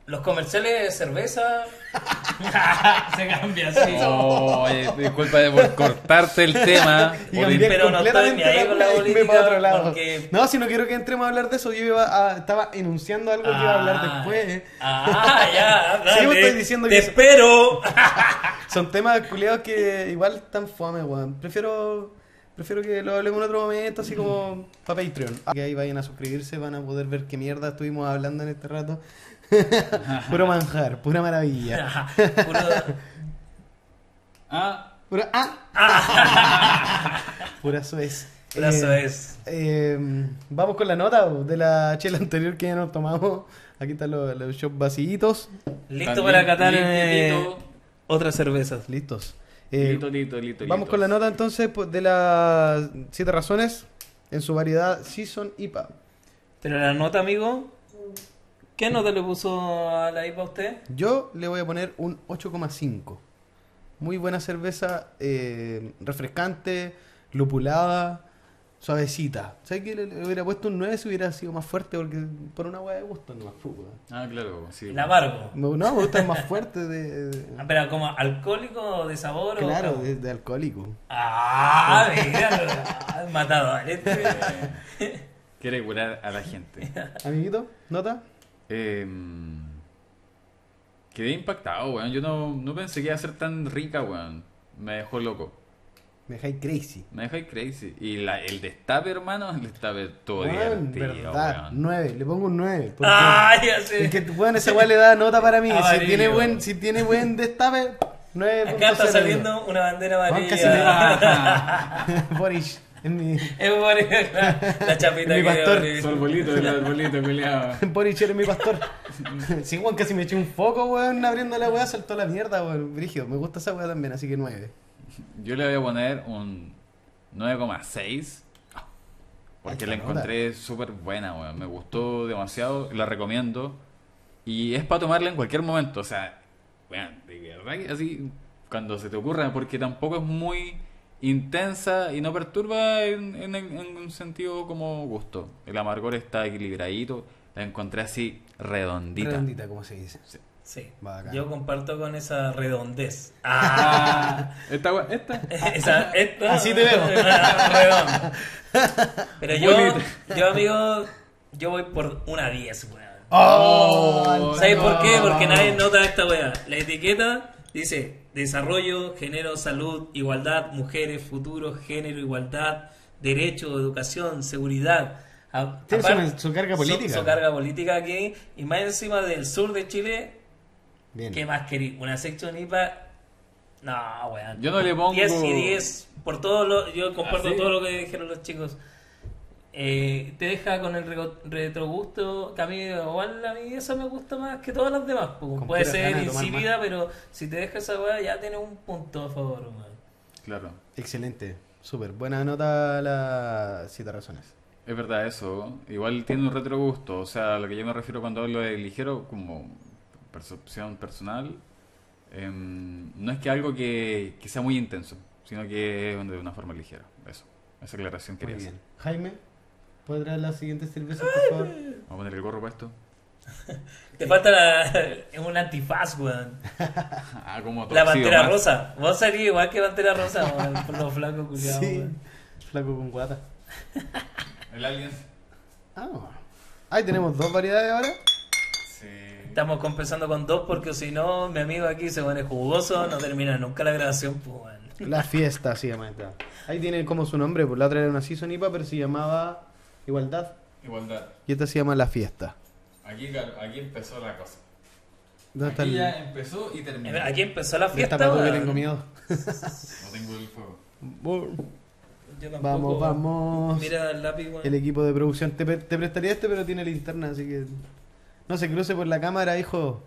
S3: los comerciales de cerveza se cambia así.
S2: Oh, oye, disculpa de por cortarte el tema.
S1: Y
S2: por
S1: cambié
S3: pero no estoy
S1: completamente
S3: ni ahí con la
S1: weá y me
S3: política,
S1: pa' otro lado.
S3: porque-
S1: No, si no quiero que entremos a hablar de eso, yo iba a- estaba enunciando algo que iba a hablar
S3: Ah,
S1: después. eh.
S3: Ah, ya, dale.
S1: Sí, vos estoy diciendo
S3: Te
S1: que-
S3: espero.
S1: Son temas culiados que igual están fome, weón. Prefiero, prefiero que lo hablemos en otro momento, así como para Patreon. Ah, Que ahí vayan a suscribirse, van a poder ver qué mierda estuvimos hablando en este rato. Puro manjar, pura maravilla.
S3: Puro-
S2: Ah,
S1: Pura, ah. pura Suez.
S3: Ah. Pura
S1: Eh,
S3: Suez.
S1: eh, vamos con la nota bo, de la chela anterior que ya nos tomamos. Aquí están los, los shots vacíos.
S3: Listo
S2: También
S3: para catar eh,
S2: limpidito.
S3: otras cervezas.
S1: Listos. Eh,
S2: lito, lito, lito,
S1: Vamos
S2: lito.
S1: con la nota entonces pues, de las siete razones en su variedad Season IPA.
S3: Pero la nota, amigo, ¿qué nota le puso a la IPA a usted?
S1: Yo le voy a poner un 8,5. Muy buena cerveza, eh, refrescante, lupulada, suavecita. ¿Sabes que le, le hubiera puesto un 9 si hubiera sido más fuerte? Porque por una hueá de gusto nomás. pu, weón.
S2: Ah, claro, sí.
S3: El amargo.
S1: Me- No, me gusta más fuerte de... de-
S3: Ah, Pero como alcohólico de sabor o-
S1: claro, de, de alcohólico.
S3: Ah, mira, lo- matado. Este.
S2: Quiere curar a la gente.
S1: Amiguito, ¿nota?
S2: Em, quedé impactado, weón. Yo no, no pensé que iba a ser tan rica, weón. Me dejó loco.
S1: Me dejáis crazy.
S2: Me dejáis crazy. Y la- el destape, hermano, el destape todo
S1: Weón,
S2: divertido,
S1: verdad,
S2: weón.
S1: 9, le pongo un 9. porque-
S3: Ay, así.
S1: Es que, weón, esa weá le da nota para mí. si,
S3: Ah, Amarillo.
S1: tiene buen, si tiene buen destape, 9.
S3: Acá está saliendo una bandera
S1: Juan, casi le
S3: amarilla.
S1: da. Boris, en mi.
S3: Es bonita la chapita
S1: Mi
S3: que
S1: pastor.
S3: le
S2: Su
S3: pone.
S2: arbolito, el arbolito, culiao.
S1: Boris era mi pastor. Sí, Juan, casi me eché un foco, weón, abriendo la weá, saltó la mierda, weón. Brígido, me gusta esa weá también, así que 9.
S2: Yo le voy a poner un 9,6 porque
S1: Alta
S2: la
S1: nota.
S2: encontré súper buena, weón. Me gustó demasiado, la recomiendo. Y es para tomarla en cualquier momento, o sea, weón, de verdad que así, cuando se te ocurra, porque tampoco es muy intensa y no perturba en, en- en un sentido como gusto. El amargor está equilibradito, la encontré así redondita.
S1: Redondita, como se dice.
S3: Sí.
S1: Bacán.
S3: Yo comparto con esa redondez. Ah.
S2: Esta, we- esta.
S3: Esa, esta,
S1: Así te veo.
S3: Redonda. Pero
S2: Muy
S3: yo,
S2: bien.
S3: yo, amigo, yo voy por una 10, weón.
S1: ¡Oh!
S3: ¿Sabes
S1: no.
S3: por qué? Porque nadie nota esta weá. La etiqueta dice desarrollo, género, salud, igualdad, mujeres, futuro, género, igualdad, derecho, educación, seguridad. A-
S1: Tiene su-
S3: aparte-
S1: su carga
S3: su-
S1: política.
S3: Su, carga política aquí. Y más encima del sur de Chile,
S1: Bien.
S3: ¿qué más querí? Una sección IPA. No, weón.
S2: Yo no le pongo-
S3: 10 y 10. Por todo lo. Yo comparto
S2: ¿Ah, sí?
S3: todo lo que dijeron los chicos. Eh, te deja con el rego- retrogusto que a mí, igual a mí eso me gusta más que todas las demás. po.
S1: Con
S3: Puede
S1: puras
S3: ser
S1: ganas de tomar
S3: insípida, pero si te deja esa weá, ya tiene un punto a favor, weón.
S2: Claro.
S1: Excelente, súper. Buena nota la cita razones.
S2: Es verdad eso, igual tiene un retrogusto, o sea, a lo que yo me refiero cuando hablo de ligero como percepción personal, em, no es que algo que, que sea muy intenso, sino que es de una forma ligera, eso, esa aclaración
S1: Muy
S2: quería hacer.
S1: bien. Jaime, ¿puedes traer la siguiente cerveza, por favor?
S2: Vamos a poner el gorro puesto.
S3: Te falta la- un antifaz, weón.
S2: Ah, como
S3: La
S2: torcido,
S3: pantera
S2: más.
S3: rosa. Vos serías igual que pantera rosa, weón, por lo flaco, culiado,
S1: Sí,
S3: weón.
S1: flaco con guata.
S2: El alien.
S1: Ah, ahí tenemos dos variedades ahora.
S2: Sí.
S3: Estamos compensando con dos porque si no, mi amigo aquí se pone jugoso, no termina nunca la grabación, pues weón.
S1: La fiesta se llama esta. Ahí tienen como su nombre, por la otra era una Season IPA, pero se llamaba Igualdad.
S2: Igualdad.
S1: Y esta se llama La Fiesta.
S2: Aquí, aquí empezó la cosa.
S1: ¿Dónde está el,
S2: empezó y
S3: Eh, Aquí empezó la
S1: el
S3: fiesta.
S1: tapato que
S3: weón.
S1: tengo miedo?
S2: No tengo el fuego.
S3: Yo tampoco,
S1: Vamos,
S3: weón.
S1: vamos.
S3: Mira el lápiz, weón.
S1: El equipo de producción te, pre- te prestaría este, pero tiene linterna, así que no se cruce por la cámara, hijo.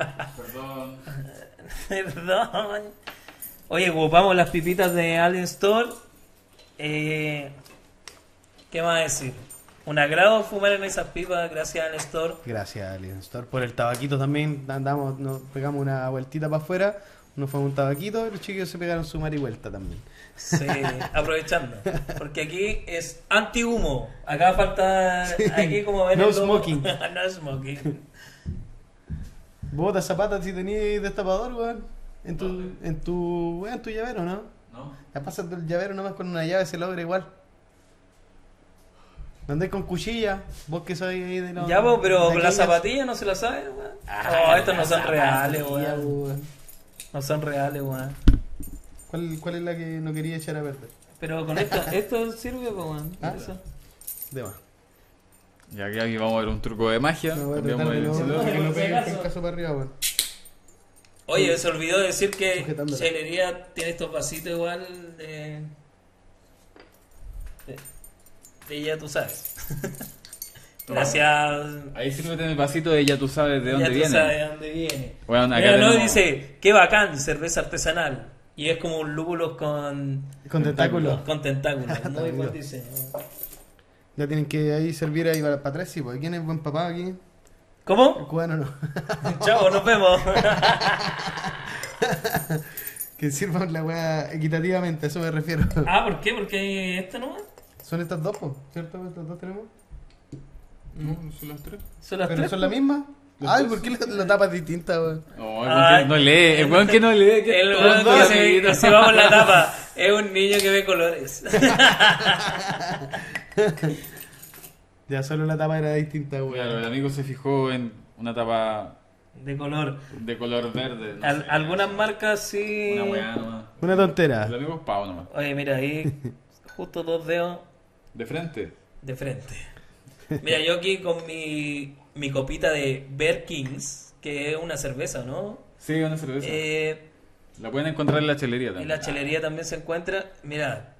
S3: Ah.
S2: Perdón.
S3: Perdón. Oye, ocupamos las pipitas de Alien Store. Eh, ¿Qué más decir? Un agrado fumar en esas pipas, gracias a Alien Store.
S1: Gracias, Alien Store, por el tabaquito también. Andamos, nos pegamos una vueltita para afuera, nos fue un tabaquito, los chiquillos se pegaron su marihuelta también.
S3: Sí, aprovechando. Porque aquí es anti-humo. Acá falta. Aquí, como ven.
S1: No
S3: el logo-
S1: smoking.
S3: no smoking.
S1: Bota zapatas si tenías destapador, weón. En tu, en tu, weón, en tu llavero, ¿no?
S2: ¿No?
S1: La pasas del llavero nomás con una llave, se logra igual. No andés con cuchilla, vos que sois ahí de los...
S3: Ya, po,
S1: de
S3: pero la
S1: aquellas-
S3: zapatilla no se la sabe, weón. Oh, estos no son reales,
S1: Ya,
S3: weón.
S1: weón.
S3: No son reales, weón.
S1: ¿Cuál, ¿Cuál es la que no quería echar a perder?
S3: Pero con esto, esto sirve, po, weón.
S1: Ah.
S3: Eso.
S1: De más.
S2: Y aquí, aquí vamos a ver un truco de magia.
S1: No voy a tratar
S2: Cambiamos
S1: de
S2: el
S1: Ah, no,
S2: encendedor.
S1: de que no
S3: Por si
S1: pegue
S3: acaso.
S1: el caso para arriba, weón.
S3: Oye, se olvidó decir que
S1: Sujetándola.
S3: Chelería tiene estos vasitos igual de. de, de ya tú sabes. Gracias.
S2: Ahí sírvete en el vasito de ya tú sabes de dónde
S3: ya
S2: viene.
S3: tú sabes de dónde viene.
S2: Weón, acá
S3: Mira, no
S2: tenemos-
S3: dice, qué bacán, cerveza artesanal. Y es como un lúpulo con,
S1: Con tentáculos.
S3: con tentáculos. Muy
S1: Tentáculo.
S3: buen diseño.
S1: Ya tienen que ahí servir ahí para, para atrás, sí, pues. ¿Quién es buen papá aquí? El
S3: ¿Cómo?
S1: cubano no.
S3: Chao, nos vemos.
S1: que sirvan la weá equitativamente, a eso me refiero.
S3: ah, ¿por qué? Porque esta no
S1: Son estas dos, po, ¿cierto? Estas dos tenemos.
S2: No, son las tres.
S3: Son las
S1: ¿Pero
S3: tres.
S1: son la misma? Ay, ¿por qué la, la tapa es distinta, weón?
S2: No,
S3: Ay.
S2: no lee. El weón que no lee. que-
S3: Ah, El
S2: Los
S3: weón
S2: dos
S3: que se,
S2: amiguitos.
S3: que se va por la tapa es un niño que ve colores.
S1: Ya solo la tapa era distinta,
S2: Claro,
S1: weón.
S2: el amigo se fijó en una tapa
S3: de color.
S2: De color verde. no
S3: Al-
S2: sé.
S3: algunas marcas sí.
S2: Una weá nomás.
S1: Una tontera.
S2: Lo mismo es pavo nomás.
S3: Oye, mira, ahí justo dos dedos
S2: De frente.
S3: de frente. Mira, yo aquí con mi, mi copita de Bear Kings, que es una cerveza, ¿no?
S2: Sí, una cerveza.
S3: Eh,
S2: La pueden encontrar en la chelería
S3: en
S2: también.
S3: la chelería también se encuentra. Mira,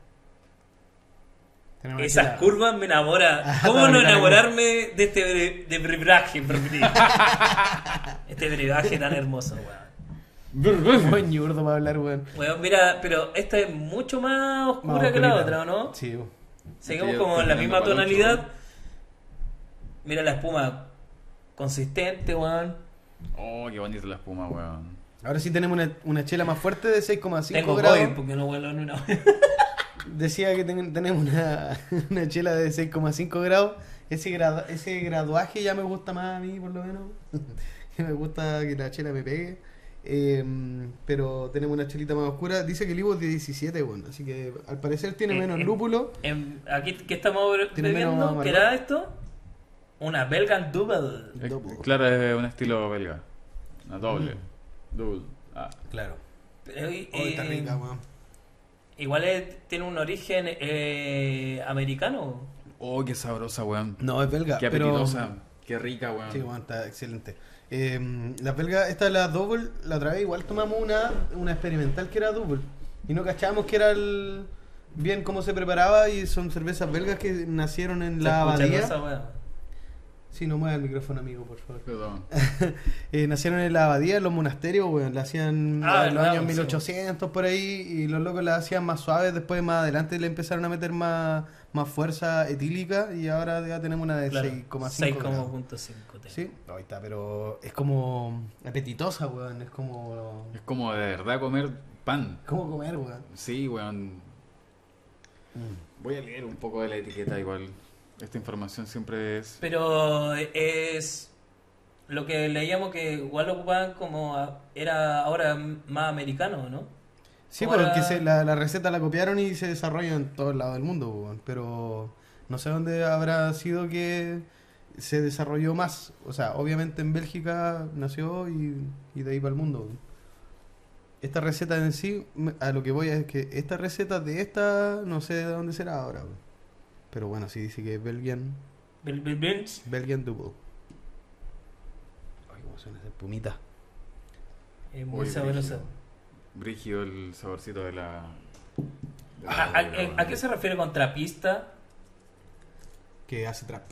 S1: Tenemos aquí
S3: esas
S1: la-
S3: curvas me enamora.
S1: Ah,
S3: ¿Cómo no
S1: también.
S3: enamorarme de este bre- de brebaje, por fin? Este brebaje tan hermoso, weón.
S1: Buen ñurdo para hablar, weón.
S3: Weón, mira, pero esta es mucho más oscura
S1: Más
S3: que la
S1: oscurita.
S3: otra, ¿o no?
S1: Sí, weón.
S3: Seguimos
S2: Sí,
S3: como en la
S2: terminando
S3: misma
S2: para el otro.
S3: tonalidad. Mira la espuma consistente, weón.
S2: Oh, qué bonita la espuma, weón.
S1: Ahora sí tenemos una, una chela más fuerte de 6,5
S3: Tengo
S1: grados.
S3: COVID porque no vuelo en una
S1: Decía que ten- tenemos una, una chela de 6,5 grados. Ese, gradu- ese graduaje ya me gusta más a mí, por lo menos. me gusta que la chela me pegue. Eh, pero tenemos una chelita más oscura. Dice que el Ivo es de 17, bueno. Así que al parecer tiene
S3: Eh,
S1: menos
S3: eh.
S1: lúpulo.
S3: Em, Aquí que estamos be-
S1: Tiene menos
S3: bebiendo, ¿qué
S1: amargor.
S3: era esto? Una Belgian Double.
S2: Eh,
S1: Doble.
S2: Claro, es un estilo belga. Una doble.
S3: Mm.
S2: Double. Ah.
S1: Claro.
S3: Eh,
S1: Oh, está
S3: eh,
S1: rica, weón.
S3: Igual es- tiene un origen eh, americano.
S2: Oh, qué sabrosa, weón.
S1: No, es belga.
S2: Qué
S1: pero-
S2: apetitosa. Qué rica, weón.
S1: Sí, bueno, está excelente. Eh, la belga, esta la double, la otra vez igual tomamos una, una experimental que era double. Y no cachábamos que era el, bien cómo se preparaba y son cervezas belgas que nacieron en la
S3: Se escucha
S1: abadía.
S3: esa weá.
S1: Sí, no mueva el micrófono, amigo, por favor.
S2: Perdón.
S1: Eh, nacieron en la abadía, en los monasterios, weón. La hacían
S3: Ah,
S1: en los
S3: verdad,
S1: años
S3: sí.
S1: 1800 por ahí y los locos la hacían más suaves. Después, más adelante, le empezaron a meter más, más fuerza etílica y ahora ya tenemos una de
S3: Claro,
S1: 6,5. grados.
S3: 6,5 te-
S1: Sí, ahí está, pero es como apetitosa, weón. Es como.
S2: Es como de verdad comer pan.
S1: ¿Cómo comer, weón?
S2: Sí, weón.
S3: Mm.
S2: Voy a leer un poco de la etiqueta igual. Esta información siempre es...
S3: Pero es lo que leíamos que igual ocupaban como a- era ahora más americano, ¿no?
S1: Sí,
S3: Como
S1: porque
S3: la-
S1: se- la, la receta la copiaron y se desarrolla en todos lados del mundo, weón. Pero no sé dónde habrá sido que se desarrolló más. O sea, obviamente en Bélgica nació y, y de ahí para el mundo, weón. Esta receta en sí, me- a lo que voy es que esta receta de esta, no sé de dónde será ahora, weón. Pero bueno, sí dice que es Belgian
S3: Bil- bil- bil.
S1: Belgian Double. Ay, cómo suena esa espumita.
S3: Es muy
S2: Uy,
S3: sabroso.
S2: brígido. Brígido el saborcito de la... de la
S3: Ah, ¿A, eh, a-
S2: doble, weón.
S3: a- a qué se refiere con trapista?
S1: Que hace trap.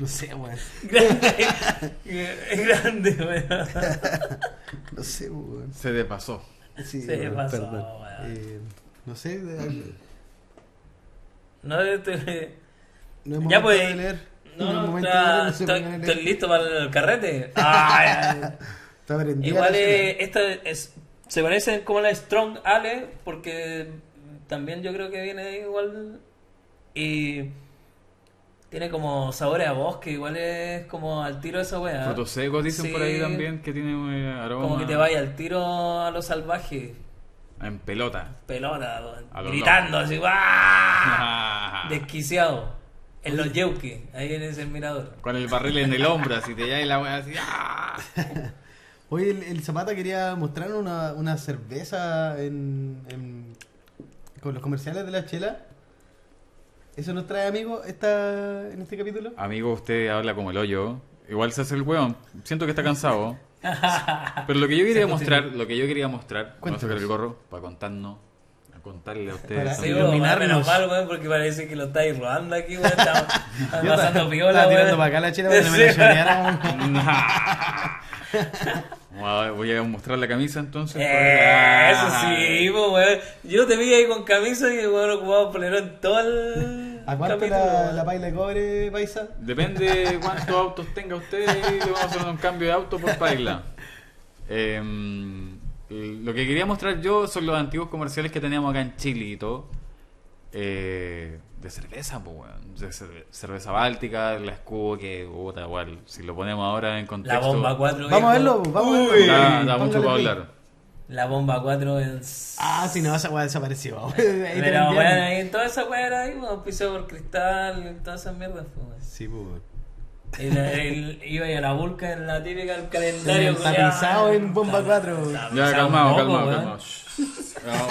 S1: no sé, weón.
S3: Grande, es grande, weón.
S1: No sé, weón.
S2: Se desfasó.
S1: Sí,
S3: Se
S1: weón,
S3: pasó,
S1: perdón.
S3: weón.
S1: Eh, Mm. no sé, de-
S3: No, este-
S1: no es momento
S3: Ya, pues,
S1: de leer.
S3: no,
S1: es
S3: no,
S1: momento de leer,
S3: está-
S1: no se
S3: estoy,
S1: pongan a leer.
S3: estoy listo para el carrete. Ah,
S1: Está prendida
S3: Igual
S1: la
S3: eh,
S1: chela.
S3: esta es, se parece como la Strong Ale, porque también yo creo que viene de igual. Y tiene como sabores a bosque, igual es como al tiro esa wea.
S2: Frutos secos dicen por ahí
S3: Ah. Sí.
S2: también que tiene un eh, aroma...
S3: Como que te vaya al tiro a lo salvaje,
S2: En pelota.
S3: pelota, weón,
S2: A lo Ah.
S3: gritando así, ¡guau!
S2: Con
S3: Desquiciado, en los yeuques, ahí en ese mirador.
S2: el barril en el hombro, así te y la weá así... ¡ah!
S1: Oye, el, el Zapata quería mostrar una, una cerveza en, en- con los comerciales de la chela. ¿Eso nos trae, amigo, esta, en este capítulo?
S2: Amigo, usted habla como el hoyo. Igual se hace el weón. Siento que está cansado. Pero lo que yo quería mostrar, lo que yo quería mostrar, vamos a sacar el gorro para contarnos, a contarle a ustedes.
S1: Para-
S3: Sí,
S2: también.
S1: Para
S3: weón,
S1: iluminarnos.
S3: menos mal, weón, porque parece que lo estáis robando aquí, weón. Estamos estamos
S1: Yo
S3: Ah, pasando
S1: estaba-
S3: piola,
S1: estaba tirando
S3: weón.
S1: para acá la chela para que me
S3: Sí.
S1: la chorearan.
S2: Bueno, Voy a mostrar la camisa entonces.
S3: Eh,
S1: Ah.
S3: Eso sí, po, weón. Yo te vi ahí con camisa y weón ocupado polerón todo el.
S1: ¿A cuánto
S3: capítulo,
S1: la,
S3: weón.
S1: la paila de cobre, paisa?
S2: Depende cuántos autos tenga usted y le vamos a hacer un cambio de auto por paila. Em, lo que quería mostrar yo son los antiguos comerciales que teníamos acá en Chile y todo. Eh, de cerveza, pues, weón. De cerve- cerveza báltica, la escudo que, puta, igual. Si lo ponemos ahora en
S3: La
S2: contexto.
S3: bomba 4.
S1: Vamos a verlo, vamos a verlo.
S2: Da, da
S1: Póngale
S2: mucho para
S1: play.
S2: hablar.
S3: La bomba 4 en.
S1: Ah, si no, esa weá desapareció. Ahí te la
S3: Pero
S1: enviaron.
S3: weón, ahí toda esa weá era ahí, weón. Piso por cristal, todas esas mierdas, po, weón.
S1: Sí, pues.
S3: El- el- iba a ir a la vulca en la típica el calendario.
S1: Está
S3: culiao.
S1: pensado en Bomba 4.
S3: Está
S2: Ya,
S3: pensado un
S2: calmado,
S3: poco,
S2: calmado,
S3: weón.
S2: calmado. Shh. Calmado.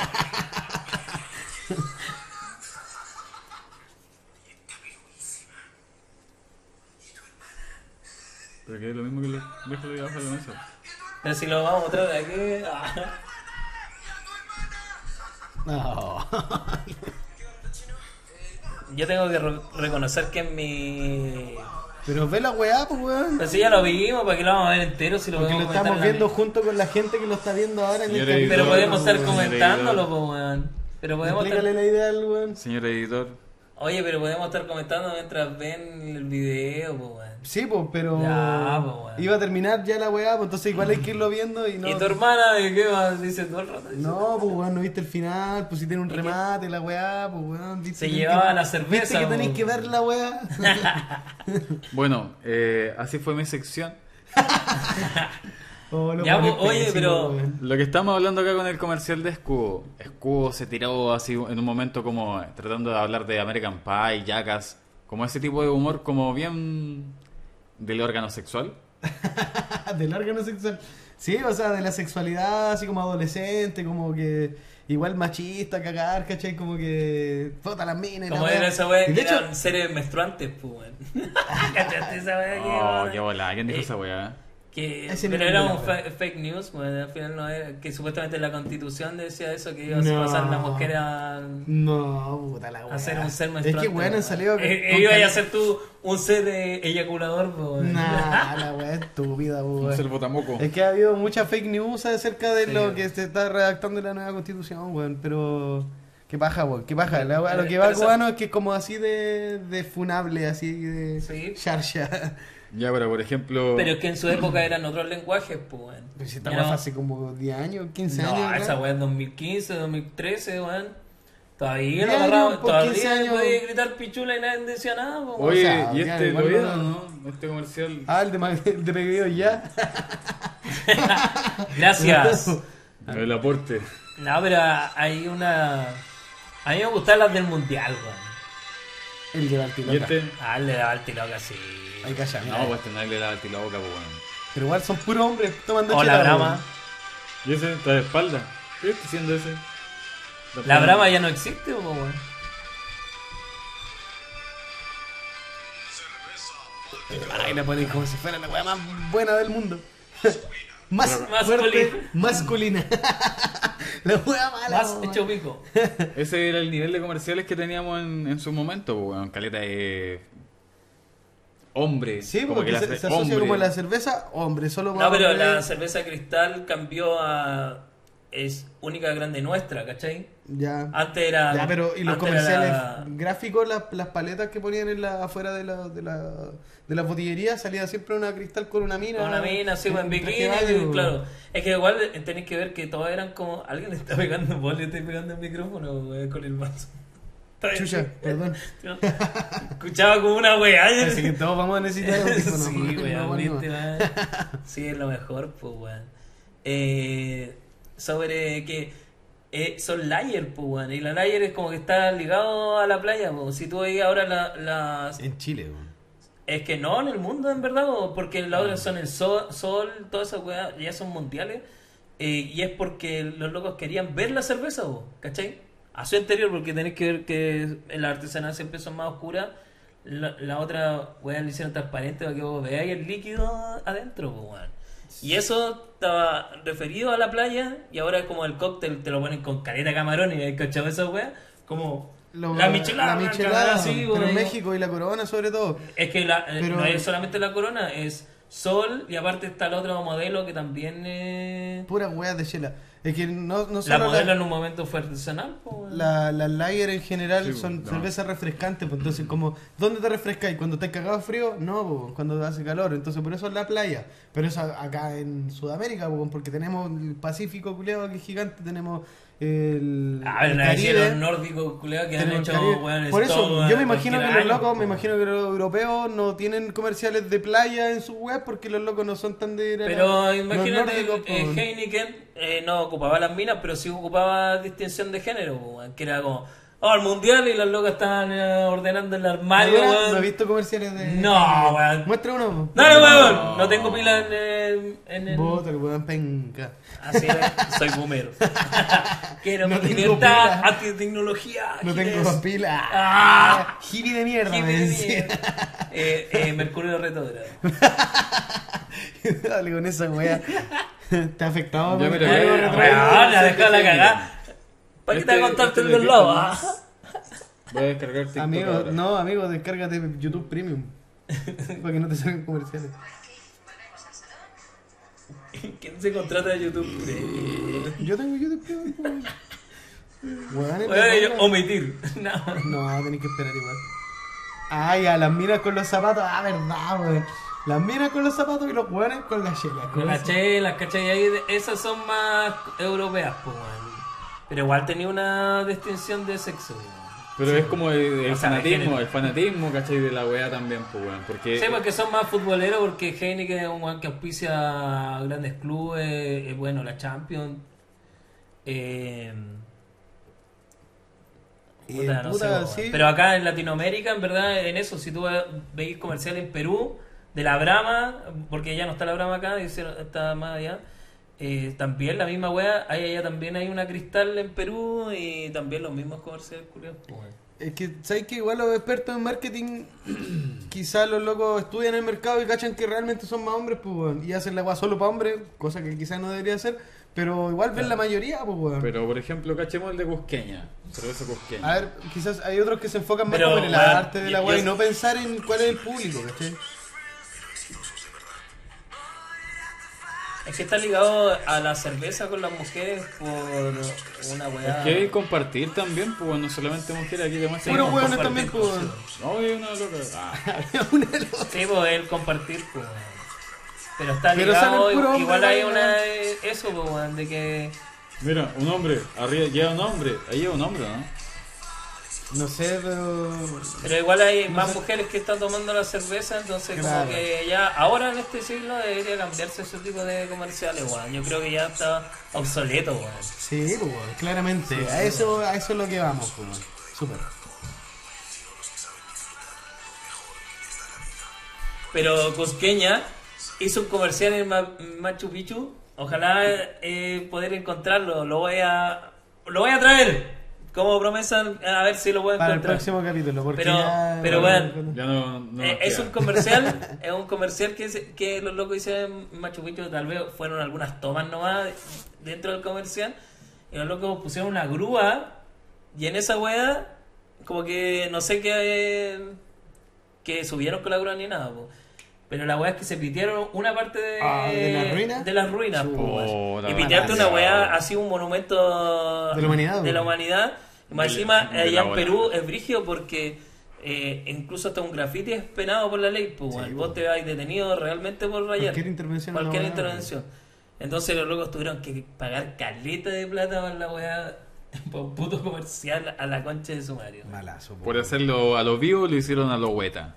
S2: Pero que es lo mismo que los viejos de abajo de la mesa.
S3: Pero si lo vamos a mostrar aquí. ah.
S1: No.
S3: Yo tengo que re- reconocer que en mi.
S1: Pero ve la weá, pues weón.
S3: Pero si ya lo vimos, ¿para qué lo vamos a ver entero? Si lo
S1: Porque lo
S3: podemos comentar en
S1: estamos
S3: la
S1: viendo
S3: mesa?
S1: junto con la gente que lo está viendo ahora en
S2: Señor
S1: el
S2: editor,
S3: Pero podemos
S2: Señor
S3: estar
S2: editor.
S3: comentándolo, po, weón. Pero podemos estar-
S1: Explícale la idea al weón.
S2: Señor editor,
S3: Oye, pero podemos estar comentando mientras ven el video, po, weón.
S1: Sí, pues, pero.
S3: Ya, pues, weón.
S1: Iba a terminar ya la weá, pues entonces igual hay que irlo viendo y no.
S3: ¿Y tu hermana de qué va? Dice todo el rato.
S1: No, pues weón, no viste el final, pues si tiene un remate la weá, pues weón. viste
S3: Se
S1: que-
S3: llevaba la cerveza, pues.
S1: Viste que
S3: po.
S1: tenéis que ver la weá.
S2: bueno, eh, así fue mi sección.
S1: Oh, los
S3: Ya,
S1: weones
S3: pues, oye,
S1: pésimos,
S3: pero-
S1: weón.
S2: Lo que estamos hablando acá con el comercial de Escudo. Escudo se tiró así en un momento como eh, tratando de hablar de American Pie, Jackass, como ese tipo de humor como bien del órgano sexual.
S1: del órgano sexual. Sí, o sea, de la sexualidad, así como adolescente, como que igual machista, cagar, ¿cachai? Como que puta las minas. y la
S3: Como
S1: weá.
S3: era esa weá
S1: Y
S3: que
S1: de hecho,
S3: eran seres menstruantes, po, weón. ¿Cachaste esa weá que
S2: Oh,
S3: weón?
S2: qué volada, ¿quién dijo
S3: Eh,
S2: esa weá?
S3: Que,
S1: Ese
S3: pero
S1: nivel
S3: era
S1: de la
S3: un
S1: weá.
S3: fa- fake news, weón. Al final no era. Que supuestamente la constitución decía eso, que iba a
S1: No.
S3: pasar la mujer a.
S1: No, puta la weá.
S3: Hacer un ser
S1: Es que
S3: menstruante.
S1: bueno, han salido. con-
S3: Eh, eh,
S1: con
S3: iba
S1: cal-
S3: a ser tú un ser eh, eyaculador, po, weón.
S1: Nah, la weá estúpida,
S2: Un
S1: weón.
S2: botamoco.
S1: Es que ha habido mucha fake news acerca de
S3: Sí,
S1: lo
S3: weón.
S1: que se está redactando en la nueva constitución, weón. Pero. Qué paja, weón, qué paja. La weá- lo
S3: Eh,
S1: que va
S3: pero esa-
S1: cubano es que es como así de, de funable, así de.
S3: Sí.
S1: Charcha.
S2: Ya, pero por ejemplo,
S3: Pero es que en su época eran otros lenguajes, pues, weón.
S1: Pero si
S3: Ya
S1: estamos
S3: no-
S1: hace como 10 años, 15
S3: No,
S1: años. ¿verdad?
S3: esa weá es 2015, 2013, weón. Todavía lo
S1: Diario,
S3: agarraban,
S1: por 15
S3: todavía
S1: años.
S3: podía gritar pichula y nadie decía nada, po, weón.
S2: oye,
S1: sea,
S2: y
S1: ya,
S2: este
S1: igual
S2: lo
S1: no-
S2: vieron, ¿no? Este comercial.
S1: Ah, el de, Mag- el de Pedido ya.
S3: Gracias.
S1: Ah.
S2: El aporte.
S3: No, pero hay una. A mí me gustan las del mundial, weón.
S1: El de
S2: Y
S1: Bartiloca.
S2: este.
S3: Ah, le daba el tiroca así.
S1: Ay, calla, mira.
S2: No, pues tenerle la la boca, pues bueno.
S1: Pero igual son puros hombres tomando
S3: O la
S1: chela,
S3: brama.
S1: weón.
S2: Y ese está de espalda. ¿Qué está haciendo ese?
S3: La brama ya no existe, po, weón.
S1: Ay, la ponen como si fuera la weá más buena del mundo. más
S3: Más
S1: fuerte,
S3: colina.
S1: masculina. la weá mala.
S3: Más
S1: weón.
S3: hecho pico.
S2: Ese era el nivel de comerciales que teníamos en, en su momento, pues, weón. Caleta de. Hombre.
S1: Sí,
S2: como
S1: porque
S2: que la
S1: se,
S2: ce-
S1: se asocia
S2: hombre.
S1: como la cerveza, hombre, solo
S3: No, pero
S1: hombres.
S3: la cerveza cristal cambió a. Es única grande nuestra, ¿cachai?
S1: Ya.
S3: Antes era.
S1: Ya, pero ¿y los
S3: antes era
S1: comerciales
S3: la-
S1: gráficos, las, las paletas que ponían en la, afuera de la, de, la, de la botillería? Salía siempre una cristal con una mina.
S3: con una mina, sí, pues, en
S1: un Ah, traje
S3: bikini,
S1: de baño,
S3: y claro. Es que igual eh, tenéis que ver que todos eran como. Alguien le está pegando un bol, estoy pegando el micrófono weón, con el mazo. Está bien.
S1: Chucha, perdón.
S3: Escuchaba como una weá. yo-
S1: Así que todos vamos a necesitar audífonos,
S3: sí,
S1: weón.
S3: weón,
S1: No,
S3: viste,
S1: bueno.
S3: weón. Sí, es lo mejor, pues, weón. Eh, sobre que eh, son layers, pues, weón. Y la layer es como que está ligado a la playa, pues. Si tú veis ahora la- las...
S1: En Chile, weón.
S3: Es que no, en el mundo, en verdad, po, porque
S1: Ah.
S3: las otras son el sol, sol todas esas weas, ya son mundiales. eh, y es porque los locos querían ver la cerveza, po, ¿cachai? A su interior, porque tenéis que ver que la artesanal siempre son más oscuras. La, la otra wea le hicieron transparente para que vos veáis el líquido adentro, po, weón. Y eso estaba referido a la playa. Y ahora es como el cóctel, te lo ponen con caleta camarón y hay cachado esa wea. Como
S1: Lo-
S3: la michelada,
S1: La
S3: una
S1: michelada,
S3: cagada así,
S1: pero
S3: weón.
S1: en México y la corona sobre todo.
S3: Es que la- eh,
S1: Pero-
S3: no es solamente la corona, es sol y aparte está el otro modelo que también... eh,
S1: Puras weas de chela. Es que no, no
S3: la
S1: Pues solo
S3: modelo en un momento fue artesanal. po, weón.
S1: la- las lager en general
S2: Sí,
S1: son
S2: no.
S1: cervezas refrescantes, pues entonces como, ¿dónde te refrescáis? ¿Cuando te cagado frío? No, pues, cuando hace calor, entonces por eso es la playa, pero eso a- acá en Sudamérica, pues, porque tenemos el Pacífico culeado que es gigante, tenemos el,
S3: A ver,
S1: el
S3: la
S1: Caribe,
S3: los nórdicos culiados que han
S1: tenemos el
S3: hecho...
S1: Caribe.
S3: weón,
S1: por eso
S3: Stone,
S1: yo me
S3: weón,
S1: imagino que
S3: cualquier
S1: los
S3: año,
S1: locos,
S3: po,
S1: me imagino que los europeos no tienen comerciales de playa en sus webs porque los locos no son tan de...
S3: Pero
S1: los
S3: imagínate,
S1: nórdicos,
S3: eh,
S1: pues.
S3: Heineken eh, no ocupaba las minas, pero sí ocupaba distinción de género, po, weón, que era como Oh, al mundial y las locas estaban eh, ordenando el armario,
S1: ¿No,
S3: weón.
S1: ¿No he visto comerciales de.?
S3: No, weón.
S1: Muestra uno. po.
S3: Dale, weón. No tengo pila en, eh, en el.
S1: Bota el weón penca.
S3: Así es, soy boomer. Quiero
S1: No
S3: mi
S1: tengo
S3: libertad,
S1: pila.
S3: antitecnología.
S1: No
S3: Giles.
S1: tengo pila.
S3: Ah.
S1: Hippie de mierda,
S3: Hippie
S1: me
S3: de
S1: decía.
S3: mierda. Eh, eh, Mercurio retrógrado.
S1: Dale con esa weá. Está afectado.
S2: Ya,
S1: por-
S2: mira,
S1: Algo
S2: eh,
S1: retrógrado.
S3: Weón, la dejó la
S2: sí.
S3: cagada. ¿Para qué te
S2: Este-
S3: contaste
S2: este
S3: el
S2: de
S3: del lobo?
S2: Vietnam.
S3: ah?
S2: Voy a descargar TikTok
S1: Amigo,
S2: ahora.
S1: no, amigo, descárgate YouTube Premium. para que no te salgan comerciales.
S3: ah? ¿Quién se contrata de YouTube?
S1: Yo tengo YouTube Premium. po. Weón,
S3: Weón,
S1: esta
S3: yo-
S1: weá.
S3: omitir. No.
S1: No, tenés que esperar igual. Ay, a las minas con los zapatos. Ah, verdad, weón. Las minas con los zapatos y los weones con la chela.
S3: Con las chelas, ¿cachai? Ahí de- esas son más europeas, pues, weón. Pero igual tenía una distinción de sexo, weón.
S2: Pero es como el, el
S3: O sea, de
S2: fanatismo,
S3: género.
S2: el fanatismo, ¿cachai? De la weá también, pues, weón. Porque
S3: Sí, porque son más futboleros, porque Heineken es un weón que auspicia a grandes clubes, eh, bueno, la Champions. Eh,
S1: Eh,
S3: puta, no sé,
S1: puta,
S3: weón.
S1: sí.
S3: Pero acá en Latinoamérica, en verdad, en eso, si tú ve- veis comercial en Perú, de la Brahma, porque ya no está la Brahma acá, dice, está más allá. eh, también la misma wea, hay allá también hay una cristal en Perú y también los mismos comerciales pues, curiosos.
S1: Es que, ¿sabes que Igual los expertos en marketing, quizás los locos estudian el mercado y cachan que realmente son más hombres, pues, weón. Y hacen la weá solo para hombres, cosa que quizás no debería hacer, pero igual ven la mayoría, pues, weón.
S2: Pero, por ejemplo, cachemos el de Cusqueña. Cerveza Cusqueña.
S1: A ver, quizás hay otros que se enfocan más
S3: Pero,
S1: como en el
S3: weón,
S1: arte de la
S3: yo-
S1: weá y
S3: yo-
S1: no pensar en cuál es el público, ¿cachai?
S3: Es que está ligado a la cerveza con las mujeres por una
S2: Es
S3: weá.
S2: que hay que compartir también, pues, no solamente mujeres, aquí demás.
S1: Puro
S2: tenemos- este-
S1: weones también, pues. weón.
S2: No, hay una loca. Ah,
S3: Sí, pues el compartir, pues. weón. Pero está
S1: Pero
S3: ligado,
S1: salen puro hombre,
S3: igual hay
S1: weón.
S3: una. Eso, pues, weón, de que.
S2: mira, un hombre, arriba lleva un hombre, ahí lleva un hombre, ¿no?
S1: No sé, pero.
S3: Pero igual hay más mujeres que están tomando la cerveza, entonces
S1: Claro.
S3: como que ya ahora en este siglo debería cambiarse ese tipo de comerciales, weón. Yo creo que ya está obsoleto, weón.
S1: Sí, pues, weón, claramente. a, eso, a eso es lo que vamos, pues, weón. Súper.
S3: Pero Cusqueña hizo un comercial en Ma- Machu Picchu. Ojalá eh, poder encontrarlo. Lo voy a lo voy a traer como promesa a ver si lo puedo
S1: Para el
S3: encontrar.
S1: próximo capítulo, porque
S3: Pero-
S1: ya-
S3: pero, weón,
S2: Ya no. no
S3: Eh,
S2: nos
S3: es
S2: queda.
S3: un comercial, es un comercial que, se- que los locos hicieron en Machu Picchu, tal vez fueron algunas tomas nomás dentro del comercial, y los locos pusieron una grúa, y en esa wea, como que no sé qué, eh, que subieron con la grúa ni nada, po. pero la wea es que se pitearon una parte de,
S1: Ah, ¿de las ruinas?
S3: de las ruinas, po,
S2: Oh,
S3: weón.
S2: la
S3: y pitearte una
S2: mala.
S3: wea así un monumento
S1: De la humanidad,
S3: de la
S1: weón.
S3: humanidad. Y Más
S2: Del-
S3: encima,
S2: de
S3: allá
S2: la
S3: en
S2: bola.
S3: Perú es brígido porque eh, incluso hasta un graffiti es penado por la ley. Pues, weón. vos te vas detenido realmente por rayar.
S1: Cualquier intervención en la
S3: Cualquier
S1: weá,
S3: intervención. Entonces los locos tuvieron que pagar caleta de plata por la weá, por un puto comercial a la concha de su madre.
S1: Malazo, po,
S2: Por
S1: weón.
S2: hacerlo a lo vivo, lo hicieron a lo hueta.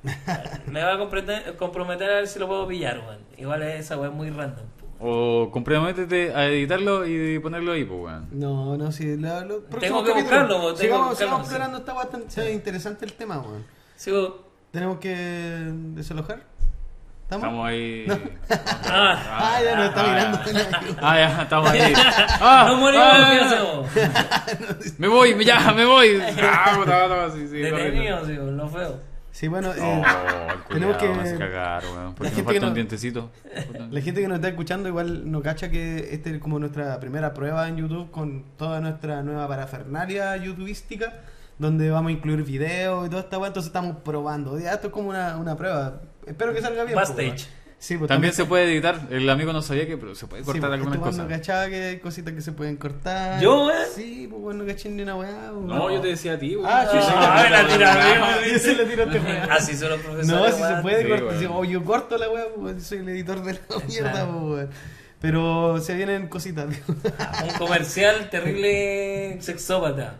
S3: Me va a comprometer, comprometer a ver si lo puedo pillar, weón. Igual esa weá es muy random. po.
S2: O comprométete a editarlo y ponerlo ahí, pues, weón.
S1: No, no, sí, la, los próximos
S3: que
S1: capítulos.
S3: buscarlo, tengo que
S1: sigamos,
S3: buscarlo,
S1: sigamos
S3: sí.
S1: explorando, está bastante se ve interesante el tema, weón.
S3: Sigo.
S1: Tenemos que desalojar. ¿Estamos?
S2: Estamos ahí.
S3: Ah,
S1: Ah, ya nos está
S2: ah,
S1: mirando.
S2: Ah, ya, estamos ahí. Ah,
S3: no morimos,
S2: ah,
S3: ¿qué hacemos?
S2: Me voy, me- ya, me voy. Ah, puta, no, sí, sí, corriendo.
S3: Detenidos, digo, lo feo.
S1: Sí, bueno, eh,
S2: Oh, el
S1: tenemos
S2: culiao,
S1: que.
S2: me hace cagar, weón.
S1: la
S2: Porque me
S1: gente
S2: falta
S1: que no-
S2: un dientecito.
S1: La gente que nos está escuchando igual nos cacha que esta es como nuestra primera prueba en YouTube con toda nuestra nueva parafernalia youtubística, donde vamos a incluir videos y todo esta weá, entonces estamos probando. Ya, esto es como una, una prueba. Espero que salga bien.
S3: Backstage.
S1: pues, weón. Sí, pues,
S2: También se puede editar. El amigo no sabía que, pero se puede cortar
S1: sí, pues,
S2: algunas
S1: No
S2: cosas.
S1: cachaba que hay cositas que se pueden cortar.
S3: ¿Yo, eh?
S1: Sí, pues bueno, no caché ni una weá. weón.
S2: No, yo te decía a ti, weón.
S1: Ah, sí, sí.
S3: Ah, me la tiraron,
S1: Yo se la tiro a este weón.
S3: Así son los profesores.
S1: No, si se
S3: weón.
S1: puede
S2: Sí,
S1: cortar.
S2: weón.
S1: Sí, o yo corto la weá, pues, soy el editor de la mierda, pues, weón. Pero se vienen cositas, digo.
S3: Un comercial terrible sexópata.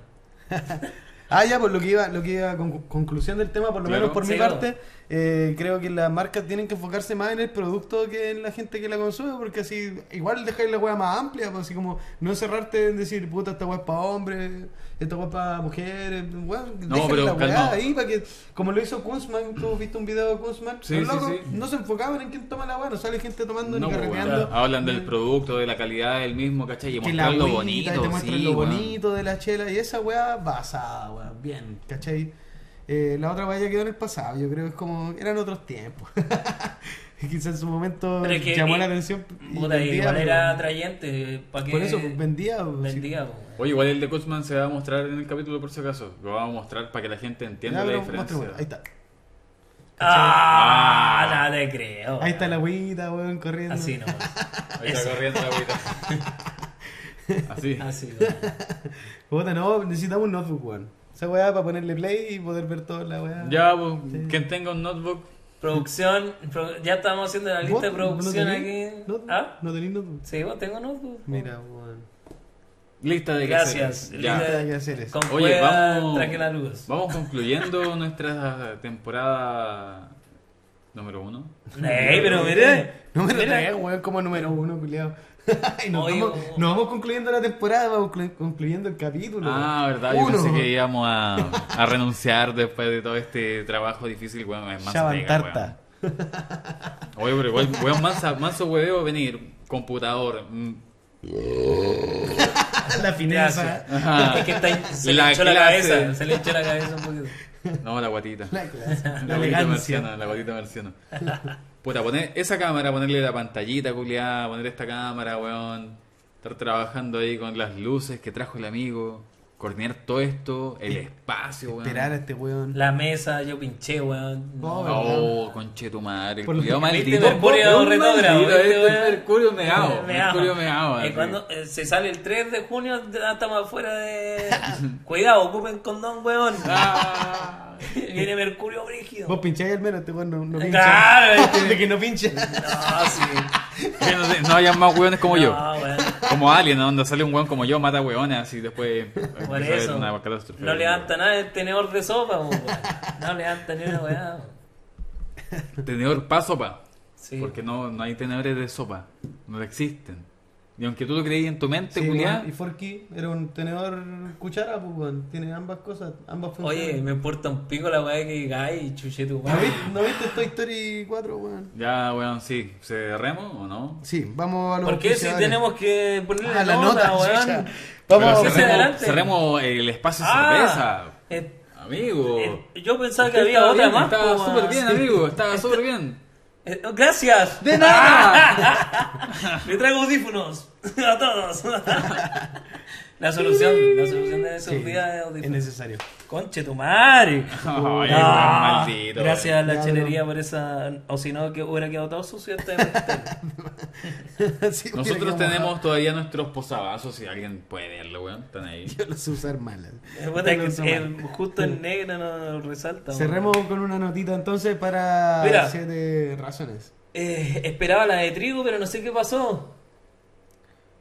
S1: Ah, ya, por lo que iba, lo que iba con conclusión del tema, por lo
S2: Claro.
S1: menos por
S3: Sí,
S1: mi
S3: no.
S1: parte, eh, creo que las marcas tienen que enfocarse más en el producto que en la gente que la consume, porque así igual dejáis la weá más amplia, pues, así como no encerrarte en decir, puta, esta weá es para hombres, esta weá es para mujeres, weón,
S2: No,
S1: dejen
S2: pero
S1: la weá
S2: calmado.
S1: ahí, para que, como lo hizo Kunzman, tú viste un video de Kunzman,
S2: Sí,
S1: los
S2: sí,
S1: locos
S2: sí.
S1: no se enfocaban en quién toma la weá, no sale gente tomando
S2: No,
S1: ni
S2: pues, weón.
S1: carreteando.
S2: Hablan del
S1: Eh,
S2: producto, de la calidad del mismo, ¿cachai? Y
S1: que la
S2: mostrar lo
S1: agüita, y
S2: bonito.
S1: te muestran
S2: sí,
S1: lo
S2: weón.
S1: bonito de la chela y esa weá basada, weá, bien, ¿cachai? Eh, la otra weá ya quedó en el pasado, yo creo que es como, eran otros tiempos. Quizás en su momento
S3: Pero es que-
S1: llamó
S3: y-
S1: la atención. y
S3: Puta,
S1: vendía,
S3: igual
S1: pero-
S3: era atrayente. ¿Para qué?
S1: Por eso pues, vendía. pues,
S3: vendía, po.
S2: Oye, igual el de Kutzman se va a mostrar en el capítulo por si acaso. Lo vamos a mostrar para que la gente
S1: sí. Ya,
S2: entienda la
S1: pero
S2: diferencia.
S1: muéstrame, ahí está.
S3: Ah, nada te creo.
S1: Ahí está la agüita, weón, corriendo.
S3: Así no.
S2: Ahí está corriendo la agüita. Así.
S3: Así no.
S1: Puta, no, necesitamos un notebook, weón. Esa weá para ponerle play y poder ver toda la weá.
S2: Ya, pues, quien tenga un notebook.
S3: Producción. pro- ya estamos haciendo la lista
S1: ¿Vos
S3: de producción
S1: no
S3: aquí.
S1: tenés notebook?
S3: ¿Ah?
S1: ¿No tenéis notebook?
S3: Sí, vos tengo notebook.
S1: Mira, weón. Ah,
S2: Lista de
S3: Gracias.
S2: quehaceres. Ya.
S1: Lista
S3: Lista
S1: de quehaceres.
S3: Con
S2: Oye,
S3: Oye,
S2: vamos-
S3: Traje la luz.
S2: Vamos concluyendo nuestra temporada número uno.
S3: Ey, pero mire.
S1: Número
S3: Mira.
S1: 3, weón, como número 1, culiado. y nos,
S3: Oye,
S1: vamos,
S3: weón.
S1: nos vamos concluyendo la temporada, vamos conclu- concluyendo el capítulo.
S2: Ah,
S1: weón.
S2: verdad, yo
S1: Uno.
S2: pensé que íbamos a, a renunciar después de todo este trabajo difícil, weón. Es
S1: Ya
S2: mansa
S1: van
S2: pega,
S1: tarta.
S2: weón. Oye, pero igual, weón, mansa, manso hueveo venir, computador, mm,
S1: la fineza.
S3: Gracias.
S2: Ajá.
S3: Es que está, se
S2: La
S3: le hinchó la
S2: clase.
S3: cabeza. Se le hinchó la cabeza un poquito.
S2: No, la guatita.
S1: La clase. La,
S2: La guatita
S1: elegancia.
S2: marciana, la guatita marciana. Puta, poner esa cámara, ponerle la pantallita, culiada, poner esta cámara, weón. Estar trabajando ahí con las luces que trajo el amigo. Coordinar todo esto, el espacio, weón.
S1: Esperar a este weón.
S3: La mesa, yo pinché, weón. No.
S1: Oh,
S2: Oh, conche tu madre. El
S1: Por lo
S2: culiao
S1: que-
S2: maldito.
S3: Viste, Mercurio
S2: Weón,
S3: retrógrado,
S2: maldito,
S3: viste,
S2: este
S3: weón.
S2: Mercurio meao.
S3: Meao.
S2: Mercurio meao.
S3: Eh,
S2: así.
S3: cuando eh, se sale el 3 de junio, ya estamos afuera de. Cuidado, ocupen condón, weón.
S2: Ah.
S3: Viene Mercurio brígido.
S1: Vos pincháis al menos, este weón no, no pincha.
S3: Claro,
S1: De que no pincha.
S3: No, sí.
S2: Que no, se- no hayan más weones como yo.
S3: No, weón.
S2: Como Alien, ¿no? donde sale un weón como yo, mata weones y después
S3: Por
S2: empieza a haber
S3: eso.
S2: una catástrofe.
S3: No levanta nada el tenedor de sopa, weón. No levanta ni una weá. weón.
S2: Tenedor pa' sopa.
S3: Sí.
S2: Porque no, no hay tenedores de sopa. No existen. Y aunque tú lo creí en tu mente,
S1: Sí,
S2: culiá,
S1: weón, y Forky era un tenedor cuchara, pues weón. Tiene ambas cosas, ambas funciones.
S3: Oye, me importa un pico la weá que digáis y chuche tu
S1: ¿No,
S3: weá.
S1: viste, ¿No viste Toy Story 4, weón?
S2: ya, weón, sí. ¿Se remo o no?
S1: Sí, vamos a los
S3: ¿Por qué si
S1: auspiciadores.
S3: tenemos que ponerle
S1: Ah, la
S3: nota,
S1: nota,
S3: weón?
S1: chucha. Vamos
S2: Pero
S1: a
S3: sí,
S2: cerremos-
S3: adelante.
S2: cerremos el espacio
S3: Ah,
S2: cerveza.
S3: eh,
S2: Amigo.
S3: eh, yo pensaba que
S2: Usted
S3: había
S2: Oh. estaba
S3: otra
S2: bien,
S3: más. pues,
S2: Estaba
S3: Este- po, weón.
S2: súper bien, amigo. Estaba súper bien.
S3: Eh, oh, Gracias.
S2: ¡De nada!
S3: Le traigo audífonos a todos. la solución, la solución de esos
S1: Sí,
S3: días de
S1: es
S3: audífonos.
S1: necesario.
S3: Conche tu madre.
S2: Ay, weón,
S3: Ah,
S2: maldito,
S3: gracias a la
S1: eh. Ya,
S3: chelería por esa. O si no, que hubiera quedado todo sucio este pastel.
S1: Sí,
S2: weón.
S1: mira que
S2: Nosotros
S1: vamos
S2: tenemos todavía nuestros posavasos, si alguien puede verlo, weón. Están ahí.
S1: a- Yo lo sé usar mal.
S3: Eh, puta,
S1: Yo lo
S3: es
S1: uso
S3: que,
S1: mal.
S3: eh, justo en negro no resalta. weón.
S1: Cerremos con una notita entonces para
S3: Mira.
S1: siete razones.
S3: Eh, esperaba la de trigo, pero no sé qué pasó.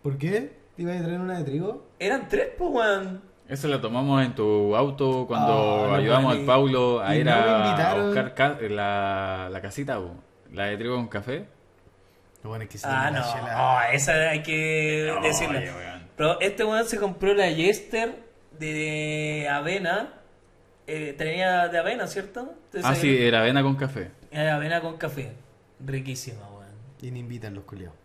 S1: ¿Por qué? ¿Te ibas a traer una de trigo?
S3: Eran tres, pues, weón.
S2: Eso la tomamos en tu auto cuando
S1: Ah, no,
S2: ayudamos
S1: vale.
S2: al Paulo a
S1: Y
S2: ir
S1: no me
S2: a,
S1: invitaron.
S2: buscar ca- la, la casita, bo. la de trigo con café.
S1: Lo bueno es que se
S3: Ah,
S1: la
S3: no.
S1: chela.
S3: Ah, esa hay que
S2: No,
S3: decirla.
S2: oye, weón.
S3: Pero este weón se compró la Yester de avena. Eh, tenía de avena, ¿cierto? Entonces,
S2: Ah, sí, era avena con café.
S3: era de avena con café. Riquísima, weón.
S1: Y ni invitan los culiados.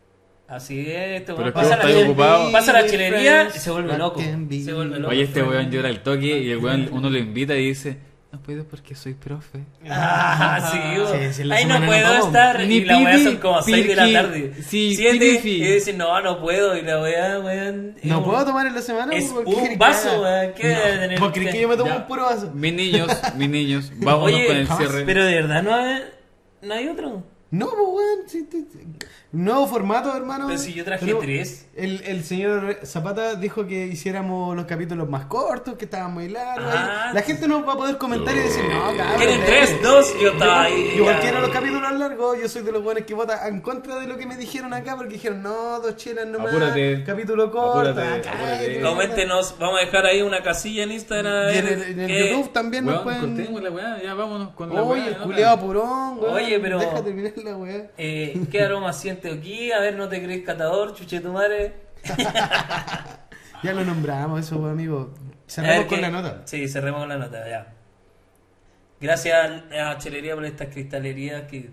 S3: Así es, este
S2: Pero
S3: weón
S2: es que vos
S3: pasa
S2: estáis
S3: la,
S2: ocupado.
S3: pasa la chilería y se vuelve loco. Se vuelve loco.
S2: Oye, este weón llora el toque y el weón uno lo invita y dice, no puedo porque soy profe.
S3: Ah, sí, weón.
S1: Sí, sí, la
S3: Ahí no
S1: semana
S3: puedo
S1: nos vamos.
S3: estar.
S2: Ni
S3: y la weá
S2: pipi,
S3: son como 6 de la
S2: piqui,
S3: tarde.
S2: sí,
S3: 7
S2: pirifi.
S3: y decir, no, no puedo. Y la weá, weón. es
S1: ¿No
S3: un-
S1: puedo tomar en la semana?
S3: Es
S1: ¿Por qué
S3: un
S1: crees que
S3: vaso,
S1: haga?
S3: weón. ¿Qué debe tener
S1: ¿Vos crees
S3: usted?
S1: que yo me tomo
S2: Ya.
S1: un puro vaso?
S2: Mis niños, mis niños, vámonos
S3: Oye,
S2: con el
S3: jamás,
S2: cierre.
S3: pero de verdad no hay, no hay otro.
S1: No, pues, weón. sí, sí, sí. Nuevo formato, hermano.
S3: Pero si yo traje
S1: Tenemos-
S3: tres.
S1: El, el señor Zapata dijo que hiciéramos los capítulos más cortos, que estaban muy largos.
S3: Ah.
S1: La gente no va a poder comentar y decir, no,
S2: Ah,
S1: cabrón.
S3: Tienen
S1: eh,
S3: tres, dos, yo estaba ahí.
S1: Yo
S3: ya.
S1: cualquiera los capítulos largos, yo soy de los buenos que votan en contra de lo que me dijeron acá, porque dijeron, no, dos chelas nomás,
S2: Apúrate.
S1: capítulo corto,
S2: Apúrate,
S1: acá,
S2: apúrate.
S1: que-
S3: Coméntenos, vamos a dejar ahí una casilla en Instagram.
S1: Y en el,
S3: eh,
S1: en el
S3: eh,
S1: YouTube también
S2: Weón,
S1: nos pueden...
S2: cortemos la weá, ya vámonos con la weá.
S1: Oye, el
S2: ¿no?
S1: culeado apurón, weón,
S3: Oye, pero-
S1: Deja terminar la weá.
S3: eh, ¿Qué aroma siente aquí? A ver, no te crees catador, chuche tu madre.
S1: Ya lo nombramos, eso, weón, amigo.
S3: A
S1: Cerramos
S3: ver
S1: con
S3: qué-
S1: la nota.
S3: Sí, cerremos con la nota, ya. Gracias a a Chelería por estas cristalerías que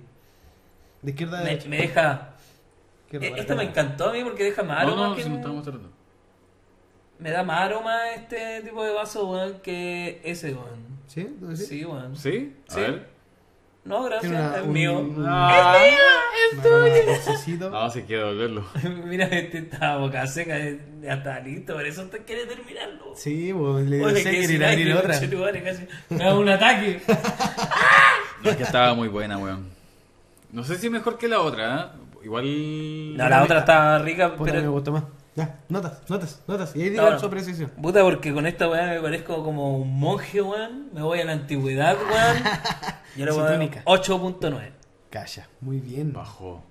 S1: De izquierda a
S3: me,
S1: derecha.
S3: me deja.
S1: Qué
S3: Eh,
S1: raro.
S3: Esta me encantó a mí porque deja más
S2: No,
S3: aroma.
S2: no,
S3: Ah, que-
S2: si no estamos tratando.
S3: Me da más aroma este tipo de vaso, weón, que ese, weón.
S1: ¿Ah, ¿Sí? ¿Tú decís?
S3: Sí, weón.
S2: ¿Sí? A
S3: Sí.
S2: ver.
S3: No, gracias, Ah,
S1: Tiene una-
S3: es
S1: un-
S3: mío.
S1: un- Ah.
S2: ¡Es
S1: un aroma dulcecito.
S3: Ah.
S2: No, si quiero devolverlo.
S3: Mira, este está boca seca, eh, ya está listo, por eso te quiere terminarlo.
S1: Sí, weón, le
S3: Oye,
S1: decía
S3: que
S1: que
S3: sin
S1: quería abrir
S3: aire,
S1: otra.
S3: conche tu madre, casi Me da un ataque.
S2: No, es que estaba muy buena, weón. No sé si mejor que la otra, ¿eh? Igual.
S3: No, la otra estaba rica,
S1: Puta, me
S3: pero.
S1: gustó más. Ya, notas, notas, notas. Y ahí
S3: No,
S1: digan
S3: no.
S1: su apreciación.
S3: Puta, porque con esta weá me parezco como un monje, weón. Me voy a la antigüedad, weón. Yo le voy a dar
S1: Satánica.
S3: 8.9.
S1: Calla, muy bien.
S2: Bajó.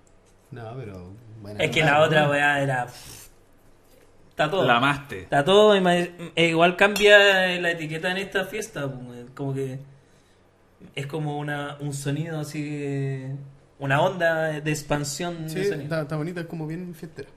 S1: No, pero bueno.
S3: Es que la otra weá era. Está todo.
S2: La amaste.
S3: Está todo, ima- e igual cambia la etiqueta en esta fiesta, pues, como que es como una, un sonido así, que- una onda de expansión
S1: Sí,
S3: de sonido.
S1: está, está bonita, es como bien fiestera.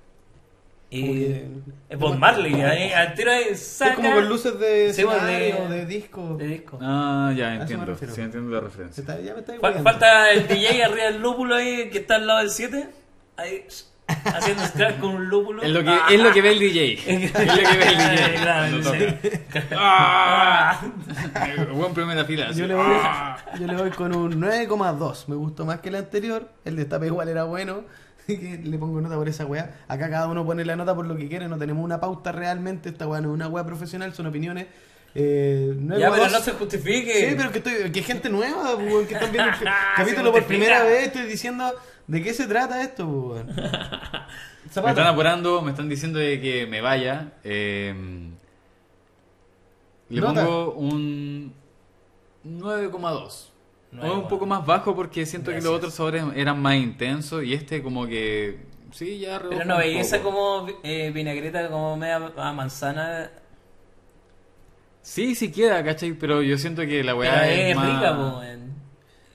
S1: como
S3: Y
S1: que-
S3: es Bob Marley, ahí, al tiro ahí, saca
S1: Es como con luces de
S3: Sí, bueno, de-
S1: escenario, de disco.
S3: de disco.
S2: Ah, ya
S1: me
S2: entiendo.
S1: refiero.
S2: Sí, entiendo la
S1: Se
S2: referencia.
S1: está- ya me está
S3: Fa-
S1: hueando.
S3: falta el DJ arriba del lúpulo ahí, que está al lado del 7, ahí haciendo scratch con un lúpulo.
S2: Es lo, que,
S3: Ah.
S2: es lo que ve el DJ.
S3: Es
S2: Es lo que ve el DJ.
S3: Claro,
S2: Cuando
S3: sí.
S2: toca. ¡Ah! Buen primera fila. así.
S1: Yo le, voy,
S3: ah.
S1: yo le voy con un 9,2. Me gustó más que el anterior. El destape igual era bueno. Así que le pongo nota por esa weá. Acá cada uno pone la nota por lo que quiere. No tenemos una pauta realmente. Esta weá no es una weá profesional, son opiniones. Eh, 9,2.
S3: Ya, pero no se justifique.
S1: Sí, pero que, estoy, que gente nueva, pues, weón, que están viendo el
S3: Se
S1: capítulo por
S3: multiplica.
S1: primera vez. Estoy diciendo de qué se trata esto, pues, weón.
S2: Ah. Me están
S1: Zapata.
S2: apurando, me están diciendo de que me vaya. Eh, le
S1: Nota.
S2: pongo un 9,2. O un
S3: 9,2.
S2: poco más bajo porque siento que
S3: Gracias.
S2: los otros sabores eran más intensos y este como que... Sí, ya
S3: Pero
S2: rebaja
S3: no
S2: un
S3: veía esa
S2: poco.
S3: como eh, vinagreta, como media a manzana.
S2: Sí, sí queda, ¿cachai? Pero yo siento que la
S3: Pero
S2: weá
S3: es,
S2: es, más...
S3: rica, po, weón.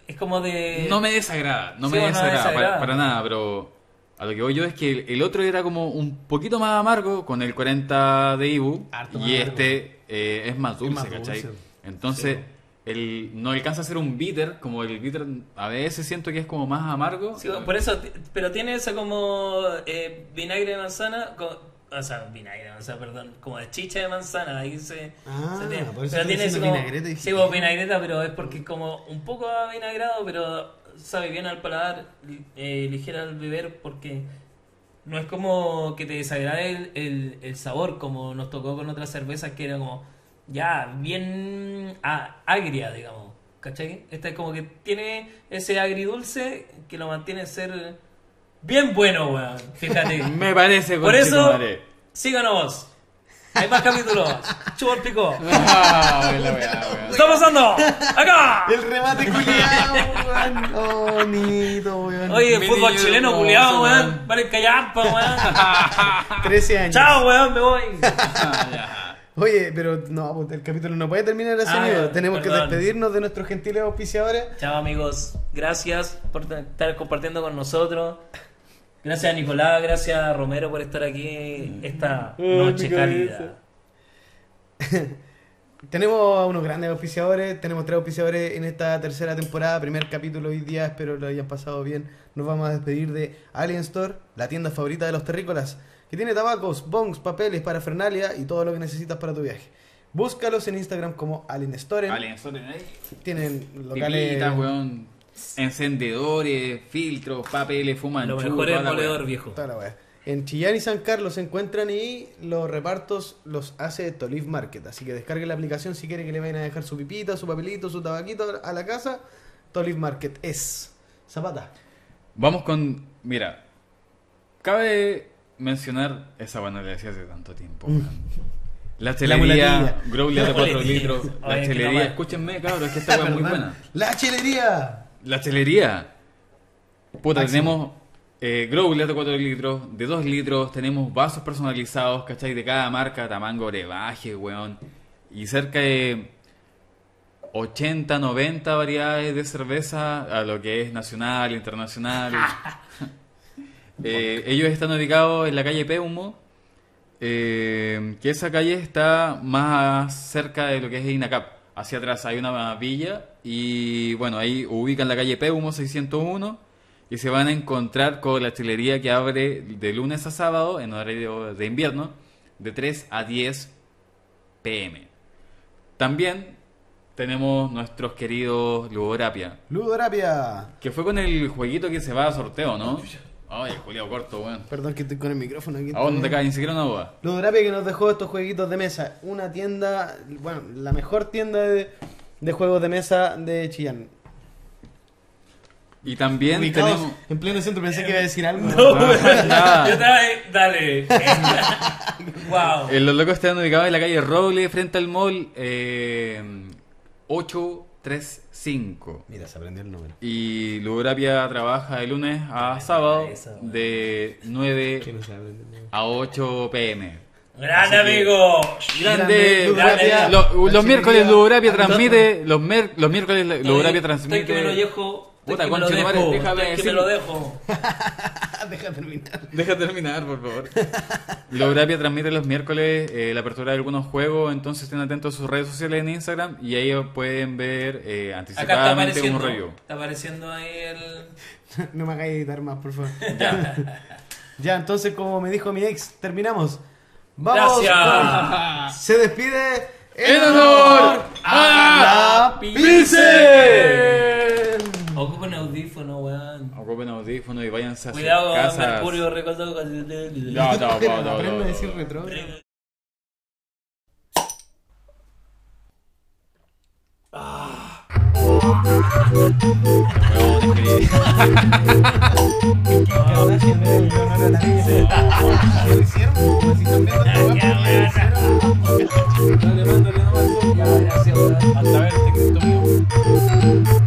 S3: Es como de.
S2: No me desagrada, no
S3: Sí,
S2: me
S3: bueno, no me
S2: desagrada, pa-
S3: desagrada.
S2: Para, nada, pero a lo que voy yo es que el, el otro era como un poquito más amargo con el 40 de Ibu
S1: Harto más
S2: y
S1: amargo.
S2: este eh, es más dulce,
S1: más
S2: ¿cachai?
S1: dulce.
S2: Entonces, el, no alcanza a ser un bitter, como el bitter a veces siento que es como más amargo.
S3: Sí, por eso, t- pero tiene esa como eh, vinagre de manzana. co- o sea, vinagre de manzana, perdón. Como de chicha de manzana. Ahí se.
S1: Ah,
S3: se tiene.
S1: por eso
S3: pero
S1: estoy
S3: tiene
S1: diciendo
S3: ese como.
S1: vinagreta, dije.
S3: sí, como vinagreta, pero es porque es como un poco avinagrado, pero sabe bien al paladar, li- eh, ligera al beber, porque. No es como que te desagrade el, el- el sabor, como nos tocó con otras cervezas que era como ya bien a- agria, digamos. ¿Cachai? Esta es como que tiene ese agridulce que lo mantiene ser bien bueno, weón. Fíjate.
S2: Me parece,
S3: Por eso,
S2: conchetumare.
S3: síganos. Hay más capítulos. Chupa el pico.
S2: Ah, la weá, weá.
S3: ¡Está pasando! ¡Acá!
S1: El remate culiado, weón. Oh, bonito, weón.
S3: Oye,
S2: Mi
S3: fútbol
S2: niño
S3: chileno,
S2: hermoso,
S3: culiado, weón.
S2: weón.
S3: Vale, callar, pa, weón.
S1: 13 años.
S3: Chao, weón, me voy.
S2: Ah, ya.
S1: Oye, pero no, pues, el capítulo no puede terminar así,
S3: Ah,
S1: amigo.
S3: ya,
S1: Tenemos
S3: perdón.
S1: que despedirnos de nuestros gentiles auspiciadores.
S3: Chao amigos, gracias por t- estar compartiendo con nosotros. Gracias a Nicolás, gracias a Romero por estar aquí esta noche cálida.
S1: Tenemos a unos grandes auspiciadores, tenemos tres auspiciadores en esta tercera temporada, primer capítulo hoy día, espero lo hayan pasado bien. Nos vamos a despedir de Alien Store, la tienda favorita de los terrícolas, que tiene tabacos, bongs, papeles, parafernalia y todo lo que necesitas para tu viaje. Búscalos en Instagram como Alien Store.
S2: Vale, eso tenés ahí.
S1: Tienen locales...
S2: Pipitas, weón. Encendedores, filtros, papeles, fuman.
S3: Lo mejor es el moledor viejo.
S1: Toda la wea. En Chillán y San Carlos se encuentran y los repartos los hace Tolif Market. Así que descarguen la aplicación si quieren que le vayan a dejar su pipita, su papelito, su tabaquito a la casa. Tolif Market es. Zapata.
S2: Vamos con. Mira. Cabe mencionar esa buena le decía hace tanto tiempo. weón. La chelería,
S1: mulatilla.
S2: growler de
S3: La
S2: 4
S3: mulatilla.
S2: litros.
S3: Oye,
S2: La
S3: qué
S2: chelería,
S3: mamá.
S2: escúchenme, cabrón, es que esta weá es muy
S1: Perdón.
S2: buena.
S1: ¡La chelería!
S2: La chelería. Puta,
S1: Máximo.
S2: tenemos eh, growler de 4 litros, de 2 litros, tenemos vasos personalizados, ¿cachai? De cada marca, tamango, brebaje, weón. Y cerca de 80, 90 variedades de cerveza, a lo que es nacional, internacional. Eh, ellos están ubicados en la calle Peumo, eh, que esa calle está más cerca de lo que es INACAP. Hacia atrás hay una villa y bueno, ahí ubican la calle Peumo 601 y se van a encontrar con la chilería que abre de lunes a sábado en horario de invierno de 3 a 10 pm. También tenemos nuestros queridos Luborapia,
S1: Ludorapia.
S2: que fue con el jueguito que se va a sorteo, ¿no? Ay, Julio Corto, weón.
S1: Perdón que estoy con el micrófono aquí.
S2: ¿A vos no te cae ni siquiera una duda?
S1: Ludorapia que nos dejó estos jueguitos de mesa. Una tienda, bueno, la mejor tienda de, de juegos de mesa de Chillán.
S2: Y también
S1: Ubicados
S2: tenemos...
S1: en pleno centro, pensé que iba a decir algo.
S2: Ah, ya.
S3: Yo estaba ahí, dale. wow.
S2: Eh, los locos están ubicados en la calle Roble, frente al mall eh, 835.
S1: Mira, se aprendió el número.
S2: Y Ludorapia trabaja de lunes a sábado
S3: esa, weón.
S2: de
S1: ¿Qué
S2: 9
S1: no se aprendió el número?
S2: a 8 pm.
S3: Gran
S2: Así que-
S3: amigo.
S2: Grande,
S3: Ludorapia.
S2: grande. Lo-
S1: La
S2: los miércoles
S1: chilería.
S2: Ludorapia transmite, los, mer- los miércoles Ludorapia transmite.
S3: Estoy que me lo dejo. estoy
S2: Puta,
S3: que me lo
S2: conche tu madre,
S3: dejo,
S2: déjame
S3: estoy que me
S2: decir.
S3: lo dejo.
S1: Deja terminar.
S2: Deja terminar, por favor. Lograpia transmite los miércoles eh, la apertura de algunos juegos, entonces estén atentos a sus redes sociales en Instagram y ahí pueden ver eh,
S3: Acá está
S2: anticipadamente un
S3: apareciendo.
S2: review.
S3: Está apareciendo ahí el.
S1: No me hagas editar más, por favor. ya, entonces, como me dijo mi ex, terminamos. Vamos.
S3: Gracias.
S1: con- Se despide.
S2: ¡En honor a
S1: a
S2: la
S1: la
S2: Pilsen!
S3: Ocupen audífono, weón.
S2: Ocupen audífonos y váyanse a sus
S3: Cuidado,
S2: casas.
S3: Mercurio, recordó.
S2: Ya, ya, ya, ya,
S1: Aprende
S2: ya,
S1: a
S2: ya.
S1: decir retrógrado. Ah.
S2: Huevón, escribí.
S3: Gracias, weón.
S2: Hasta verte, Cristo mío.